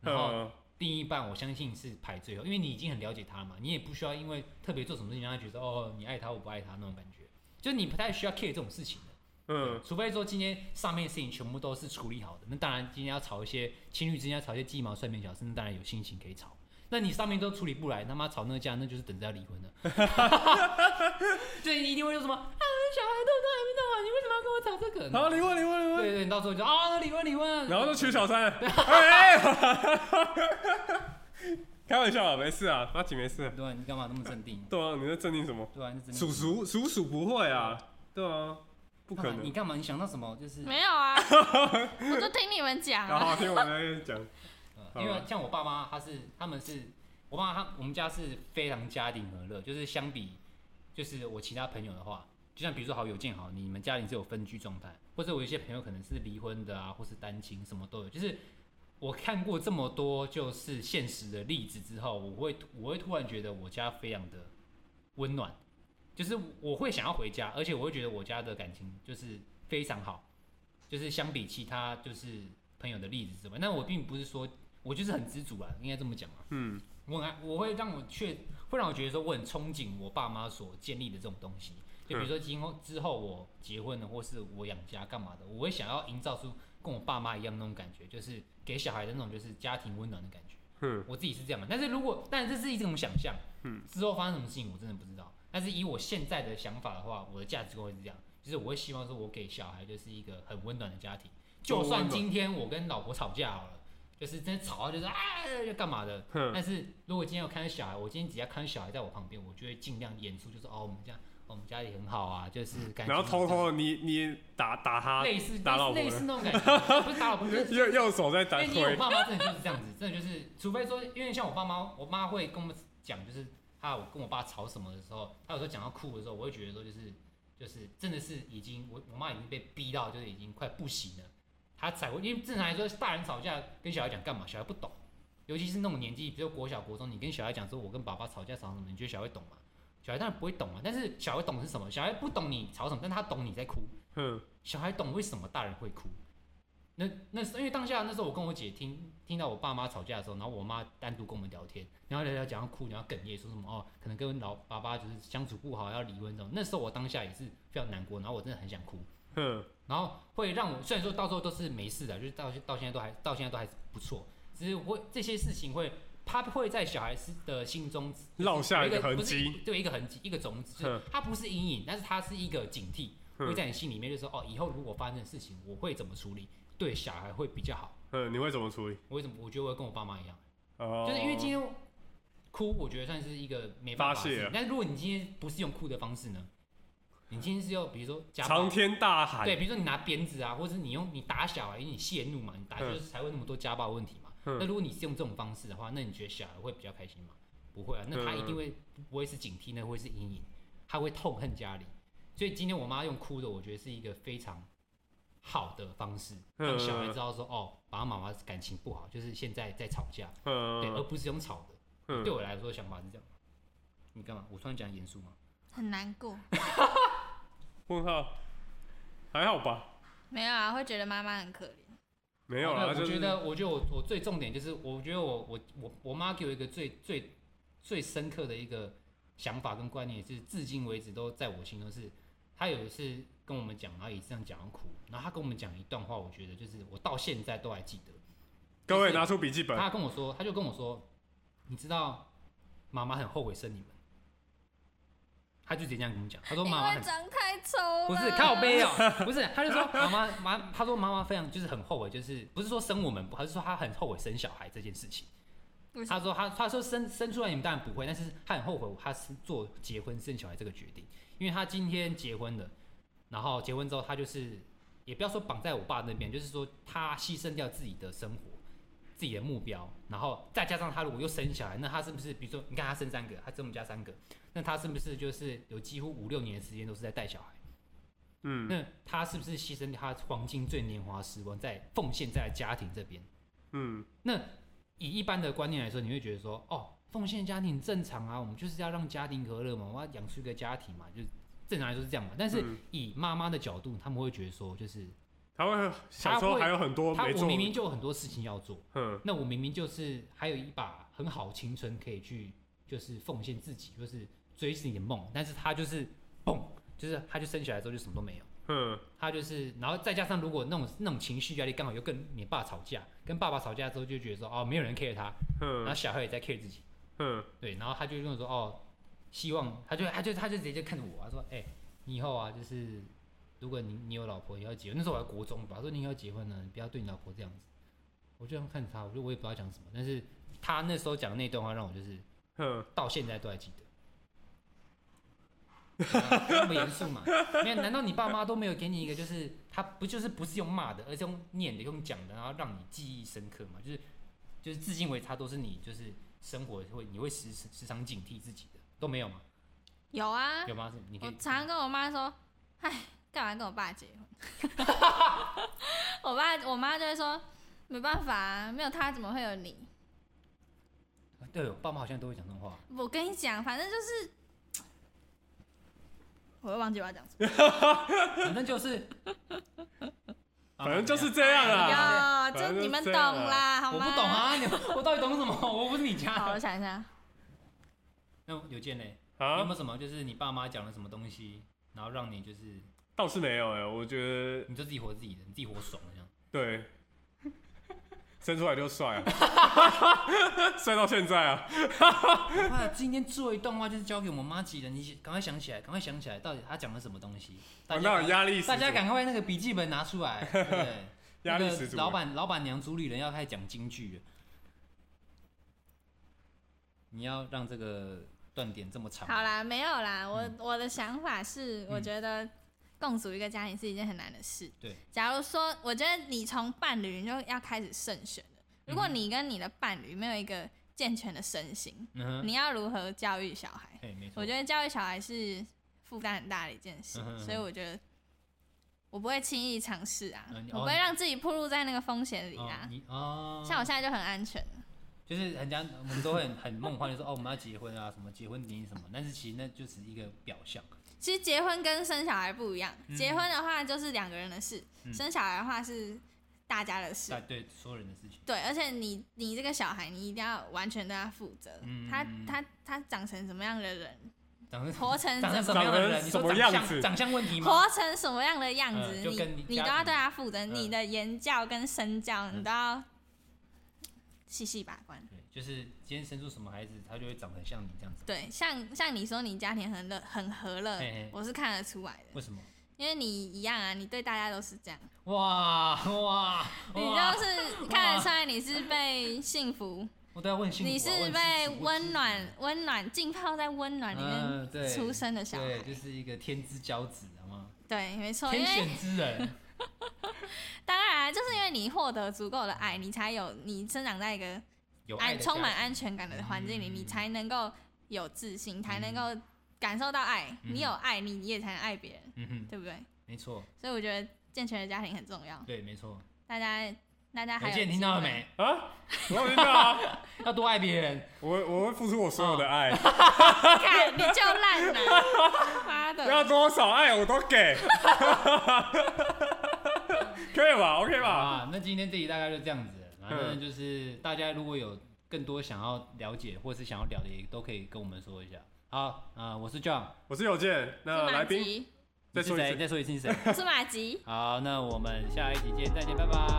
Speaker 2: 然后
Speaker 3: 嗯，
Speaker 2: 另一半我相信是排最后，因为你已经很了解他嘛，你也不需要因为特别做什么事情让他觉得哦你爱他我不爱他那种感觉，就是你不太需要 care 这种事情的。
Speaker 3: 嗯，
Speaker 2: 除非说今天上面的事情全部都是处理好的，那当然今天要吵一些情侣之间要吵一些鸡毛蒜皮小事，那当然有心情可以吵。那你上面都处理不来，他妈吵那个架，那就是等着要离婚了。
Speaker 3: *laughs*
Speaker 2: 所以你一定会说什么啊，小孩都都还没弄好，你为什么要跟我吵这个？
Speaker 3: 然后离婚离婚离
Speaker 2: 对
Speaker 3: 婚，
Speaker 2: 对对，你到时候就啊，那离婚离婚，
Speaker 3: 然后就娶小
Speaker 2: *laughs*
Speaker 3: 三，哎，开玩笑啊，没事啊，八几没事。
Speaker 2: 对啊，你干嘛那么镇定？
Speaker 3: 对啊，你在镇定什么？
Speaker 2: 对啊，你真的
Speaker 3: 叔叔叔叔不会啊，对啊，不可
Speaker 2: 干嘛你
Speaker 3: 能。
Speaker 2: 干嘛？你想到什么？就是
Speaker 4: 没有
Speaker 2: *laughs*
Speaker 4: 啊，我就听你们讲
Speaker 3: 然后
Speaker 4: 啊。
Speaker 3: 听我在讲，
Speaker 2: 呃，因为像我爸妈，他是他们是我爸妈，他我们家是非常家庭和乐，就是相比就是我其他朋友的话，就像比如说好友建好，你们家里是有分居状态，或者我有一些朋友可能是离婚的啊，或是单亲，什么都有。就是我看过这么多就是现实的例子之后，我会我会突然觉得我家非常的温暖，就是我会想要回家，而且我会觉得我家的感情就是非常好，就是相比其他就是朋友的例子之外，那我并不是说我就是很知足啊，应该这么讲啊。
Speaker 3: 嗯，
Speaker 2: 我很爱我会让我确会让我觉得说我很憧憬我爸妈所建立的这种东西，就比如说今后之后我结婚了，或是我养家干嘛的，我会想要营造出跟我爸妈一样那种感觉，就是给小孩的那种就是家庭温暖的感觉。
Speaker 3: 哼，
Speaker 2: 我自己是这样的，但是如果但这是一种想象，
Speaker 3: 嗯，
Speaker 2: 之后发生什么事情我真的不知道。但是以我现在的想法的话，我的价值观会是这样，就是我会希望说我给小孩就是一个很温暖的家庭，
Speaker 3: 多
Speaker 2: 就
Speaker 3: 温暖
Speaker 2: 算今天我跟老婆吵架好了，就是真的吵到就是啊要干嘛的，
Speaker 3: 哼，
Speaker 2: 但是如果今天要看小孩，我今天只要看小孩在我旁边，我就会尽量演出就是哦我们家哦我们家里很好啊，就是感情
Speaker 3: 然后偷偷
Speaker 2: 很
Speaker 3: 地你你打打他，
Speaker 2: 类似
Speaker 3: 打老婆
Speaker 2: 类似
Speaker 3: 了，
Speaker 2: 那种感觉， *laughs* 不是打老婆，就是
Speaker 3: 右右手在打
Speaker 2: 因为哎你我
Speaker 3: 推，
Speaker 2: 爸妈真的就是这样子，真的就是，除非说，因为像我爸妈，我妈会跟我们讲，就是她我跟我爸吵什么的时候，她有时候讲到哭的时候，我会觉得说，就是就是真的是已经我我妈已经被逼到，就是已经快不行了，她才会，因为正常来说，大人吵架跟小孩讲干嘛，小孩不懂，尤其是那种年纪，比如国小国中，你跟小孩讲说我跟爸爸吵架吵什么，你觉得小孩会懂吗？小孩当然不会懂啊，但是小孩懂是什么？小孩不懂你吵什么，但他懂你在哭。
Speaker 3: 哼，
Speaker 2: 小孩懂为什么大人会哭。那那是因为当下那时候我跟我姐听听到我爸妈吵架的时候，然后我妈单独跟我们聊天，然后聊聊讲到哭，然后哽咽说什么哦，可能跟老爸爸就是相处不好要离婚这种。那时候我当下也是非常难过，然后我真的很想哭，
Speaker 3: 哼，
Speaker 2: 然后会让我虽然说到时候都是没事的，就是到到现在都还到现在都还是不错，只是会这些事情会他会在小孩子的心中
Speaker 3: 落
Speaker 2: 有
Speaker 3: 下一
Speaker 2: 一个
Speaker 3: 个痕
Speaker 2: 不是
Speaker 3: 迹，
Speaker 2: 对，一个痕迹，一个种子，就是
Speaker 3: 哼
Speaker 2: 它不是阴影，但是它是一个警惕，
Speaker 3: 哼
Speaker 2: 会在你心里面就说，哦，以后如果发生的事情，我会怎么处理，对小孩会比较好。
Speaker 3: 哼，你会怎么处理？
Speaker 2: 我为什么？我觉得我会跟我爸妈一样，
Speaker 3: 哦，
Speaker 2: 就是因为今天哭，我觉得算是一个没办
Speaker 3: 发
Speaker 2: 法
Speaker 3: 泄
Speaker 2: 的事情
Speaker 3: 了
Speaker 2: 但是如果你今天不是用哭的方式呢？你今天是要比如说家暴啊
Speaker 3: 长天大海，
Speaker 2: 对，比如说你拿鞭子啊，或者是你用你打小孩，因为你泄怒嘛，你打
Speaker 3: 嗯
Speaker 2: 就是才会那么多家暴问题嘛。
Speaker 3: 嗯
Speaker 2: 那如果你是用这种方式的话，那你觉得小孩会比较开心吗？不会啊，那
Speaker 3: 嗯
Speaker 2: 他一定会不会是警惕，那会是阴影，他会痛恨家里。所以今天我妈用哭的，我觉得是一个非常好的方式，
Speaker 3: 嗯
Speaker 2: 让小孩知道说哦，爸爸妈妈感情不好，就是现在在吵架，对，而
Speaker 3: 嗯，
Speaker 2: 不是用吵的。
Speaker 3: 嗯
Speaker 2: 对我来说想法是这样。你干嘛？我突然讲严肃吗？
Speaker 4: 很难过。
Speaker 3: 问号，还好吧？
Speaker 4: 没有啊，会觉得妈妈很可怜。
Speaker 3: 没有
Speaker 2: 好的
Speaker 3: 啦，就
Speaker 2: 哦我觉
Speaker 3: 是
Speaker 2: 得，我觉得我我最重点就是，我觉得我我我我妈给我一个最最最深刻的一个想法跟观念，是至今为止都在我心中是。她有一次跟我们讲，然后也是这样讲到哭，然后她跟我们讲一段话，我觉得就是我到现在都还记得。
Speaker 3: 各位拿出笔记本，
Speaker 2: 他跟我说，他就跟我说，你知道妈妈很后悔生你们，他就直接这样跟我讲，他说哦
Speaker 4: 因
Speaker 2: 妈妈
Speaker 4: 为
Speaker 2: 很
Speaker 4: 长太啊丑了。
Speaker 2: 不是靠背哦、 *laughs* 不是，他就说妈妈妈，他说妈妈非常就是很后悔，就是不是说生我们不，而是说他很后悔生小孩这件事情。
Speaker 4: 为什
Speaker 2: 他说他他说生生出来你们当然不会，但是他很后悔他是做结婚生小孩这个决定，因为他今天结婚了，然后结婚之后他就是也不要说绑在我爸那边，就是说他牺牲掉自己的生活、自己的目标，然后再加上他如果又生小孩，那他是不是比如说你看他生三个，他这么加三个，那他是不是就是有几乎五六年的时间都是在带小孩？
Speaker 3: 嗯
Speaker 2: 那他是不是牺牲他黄金最年华时光在奉献在家庭这边？
Speaker 3: 嗯
Speaker 2: 那以一般的观念来说，你会觉得说，哦，奉献家庭正常啊，我们就是要让家庭和乐嘛，我要养出一个家庭嘛，就是正常来说是这样嘛。但是
Speaker 3: 嗯
Speaker 2: 以妈妈的角度，他们会觉得说，就是
Speaker 3: 他会想说还有很多
Speaker 2: 他
Speaker 3: 哦没
Speaker 2: 我
Speaker 3: 做，
Speaker 2: 明明就有很多事情要做，
Speaker 3: 嗯
Speaker 2: 那我明明就是还有一把很好青春可以去，就是奉献自己，就是追自己的梦，但是他就是嘣，就是他就生下来之后就什么都没有。
Speaker 3: 嗯
Speaker 2: 他就是，然后再加上如果那种那种情绪压力刚好又跟你爸吵架，跟爸爸吵架之后就觉得说哦没有人 care 他，然后
Speaker 3: 嗯
Speaker 2: 小孩也在 care 自己，
Speaker 3: 嗯
Speaker 2: 对，然后他就跟我说哦，希望他就他就他就直接看着我，他说哎、你以后啊就是如果你你有老婆你要结婚，那时候我还国中吧，他说你以后结婚呢，你不要对你老婆这样子，我就这样看着他，我就我也不知道讲什么，但是他那时候讲的那段话让我就是
Speaker 3: 嗯
Speaker 2: 到现在都还记得。 *laughs* 那么严肃嘛？没有？难道你爸妈都没有给你一个，就是他不就是不是用骂的，而是用念的、用讲的，然后让你记忆深刻嘛？就是就是至今为止，他都是你就是生活会你会时时常警惕自己的，都没有吗？
Speaker 4: 有啊，
Speaker 2: 有吗？你可
Speaker 4: 我
Speaker 2: 以
Speaker 4: 常常跟我妈说，哎，干嘛跟我爸结婚？ *laughs* 我爸我妈就会说，没办法、啊，没有他怎么会有你？
Speaker 2: 对，我哦爸妈好像都会讲这种话。
Speaker 4: 我跟你讲，反正就是，我又忘记我要讲什么。
Speaker 2: 反正就是，
Speaker 3: *laughs* 反正就是这样
Speaker 2: 啊
Speaker 3: 啦。反
Speaker 4: 哟、哎这
Speaker 3: 正就
Speaker 4: 你们
Speaker 3: 这
Speaker 4: 懂
Speaker 3: 样
Speaker 4: 啦，好
Speaker 2: 我
Speaker 4: 吗？
Speaker 2: 不懂。啊，你我到底懂什么？我不是你
Speaker 4: 好，
Speaker 2: 家
Speaker 4: 我。想一下，
Speaker 2: 那有健嘞，有没
Speaker 3: 啊
Speaker 2: 有，什么就是你爸妈讲了什么东西，然后让你就是
Speaker 3: 倒是没有哎、我觉得
Speaker 2: 你就自己活自己的，你自己活爽了 *laughs* 这样。
Speaker 3: 对， *laughs* 生出来就帅、啊， *laughs* 帅到现在啊，
Speaker 2: 啊，今天最后一段话就是交给我们妈吉的，你赶快想起来，赶快想起来，到底他讲了什么东西？大
Speaker 3: 完
Speaker 2: 家
Speaker 3: 蛋哦了，压力十
Speaker 2: 大
Speaker 3: 足，
Speaker 2: 家赶快那个笔记本拿出来，对不对？
Speaker 3: *laughs* 压力
Speaker 2: 那个
Speaker 3: 十足。
Speaker 2: 老板老板娘主理人要开始讲京剧了，你要让这个断点这么长，
Speaker 4: 好啦，没有啦，我、
Speaker 2: 嗯
Speaker 4: 我的想法是，我觉得共组一个家庭是一件很难的事。
Speaker 2: 对，
Speaker 4: 假如说，我觉得你从伴侣就要开始慎选了。如果
Speaker 2: 嗯哼
Speaker 4: 你跟你的伴侣没有一个健全的身心，
Speaker 2: 嗯哼，
Speaker 4: 你要如何教育小孩？
Speaker 2: 哎，没错，
Speaker 4: 我觉
Speaker 2: 得
Speaker 4: 得教育小孩是负担很大的一件事，
Speaker 2: 嗯哼嗯哼
Speaker 4: 所以我觉得我不会轻易尝试啊，
Speaker 2: 嗯你
Speaker 4: 我不
Speaker 2: 哦
Speaker 4: 会让自己暴露在那个风险里
Speaker 2: 哦
Speaker 4: 啊。
Speaker 2: 你哦，
Speaker 4: 像我现在就很安全了，
Speaker 2: 就是人家我们都会很很梦幻，就说哦我们要结婚啊，什么结婚典礼什么，但是其实那就只是一个表象，
Speaker 4: 其实结婚跟生小孩不一样，
Speaker 2: 嗯
Speaker 4: 结婚的话就是两个人的事，
Speaker 2: 嗯
Speaker 4: 生小孩的话是大家的事。
Speaker 2: 在对所有人的事情。
Speaker 4: 对，而且你你这个小孩，你一定要完全对他负责。
Speaker 2: 嗯
Speaker 4: 他他他长成什么样
Speaker 2: *laughs*
Speaker 4: 的人，
Speaker 2: 长成
Speaker 4: 活成
Speaker 2: 长成
Speaker 4: 什
Speaker 2: 什
Speaker 4: 么
Speaker 2: 么样的
Speaker 3: 长
Speaker 2: 人？
Speaker 3: 成
Speaker 2: 你说
Speaker 3: 什么
Speaker 2: 长
Speaker 3: 样
Speaker 2: 相
Speaker 3: 子
Speaker 2: 长相问题吗？
Speaker 4: 活成什么样的样子，
Speaker 2: 嗯就跟
Speaker 4: 你
Speaker 2: 你
Speaker 4: 你
Speaker 2: 家
Speaker 4: 都要
Speaker 2: 庭
Speaker 4: 对他负责。
Speaker 2: 嗯
Speaker 4: 你的言教跟身教，
Speaker 2: 嗯
Speaker 4: 你都要细细把关。
Speaker 2: 对，就是今天生出什么孩子，他就会长得像你这样子。
Speaker 4: 对，像像你说你家庭很乐很和乐
Speaker 2: 嘿嘿，
Speaker 4: 我是看得出来的，
Speaker 2: 为什么？
Speaker 4: 因为你一样啊，你对大家都是这样，
Speaker 2: 哇哇
Speaker 4: 你
Speaker 2: 哇！
Speaker 4: 就是
Speaker 2: 哇
Speaker 4: 看得出来你是被幸福，
Speaker 2: 我都要问幸福啊
Speaker 4: 你是被温暖温暖浸泡在温暖里面
Speaker 2: 嗯对
Speaker 4: 出生的小
Speaker 2: 对，
Speaker 4: 孩。
Speaker 2: 就是一个天之骄子，好吗？
Speaker 4: 对，没错，因
Speaker 2: 天
Speaker 4: 为
Speaker 2: 选之
Speaker 4: *laughs*
Speaker 2: 人。
Speaker 4: 当然啊就是因为你获得足够的爱，你才有你生长在一个
Speaker 2: 有爱
Speaker 4: 安
Speaker 2: 的
Speaker 4: 充满
Speaker 2: 家
Speaker 4: 安全感的环境里，
Speaker 2: 嗯
Speaker 4: 你才能够有自信，才能够感受到爱。
Speaker 2: 嗯
Speaker 4: 你有爱，你也才能爱别人，
Speaker 2: 庭。嗯哼，
Speaker 4: 对不对？
Speaker 2: 没错，
Speaker 4: 所以我觉得健全的家庭很重要。
Speaker 2: 对，没错。
Speaker 4: 大家大家
Speaker 2: 有
Speaker 4: 还有
Speaker 2: 健，你听到了没？ *laughs*
Speaker 3: 啊，我听到啊，
Speaker 2: 要多爱别人。
Speaker 3: 我我会付出我所
Speaker 2: 嗯
Speaker 3: 有的爱，
Speaker 4: 机会？干你就烂了，妈
Speaker 3: *laughs* 要
Speaker 4: 的！
Speaker 3: 多少爱我都给， *laughs* 可以吧？OK 吧？
Speaker 2: 啊，那今天这集大概就这样子了。反正
Speaker 3: 嗯
Speaker 2: 就是大家如果有更多想要了解或是想要聊的，也都可以跟我们说一下。好，啊、我是 John，
Speaker 3: 我是有健，那
Speaker 4: 是马
Speaker 3: 呃来宾
Speaker 4: 吉，
Speaker 2: 你
Speaker 3: 再
Speaker 2: 是
Speaker 3: 说一
Speaker 2: 谁？
Speaker 3: 次，
Speaker 2: 再说一次是谁？
Speaker 4: 是马吉。
Speaker 2: 好，那我们下一集见，再见，拜拜。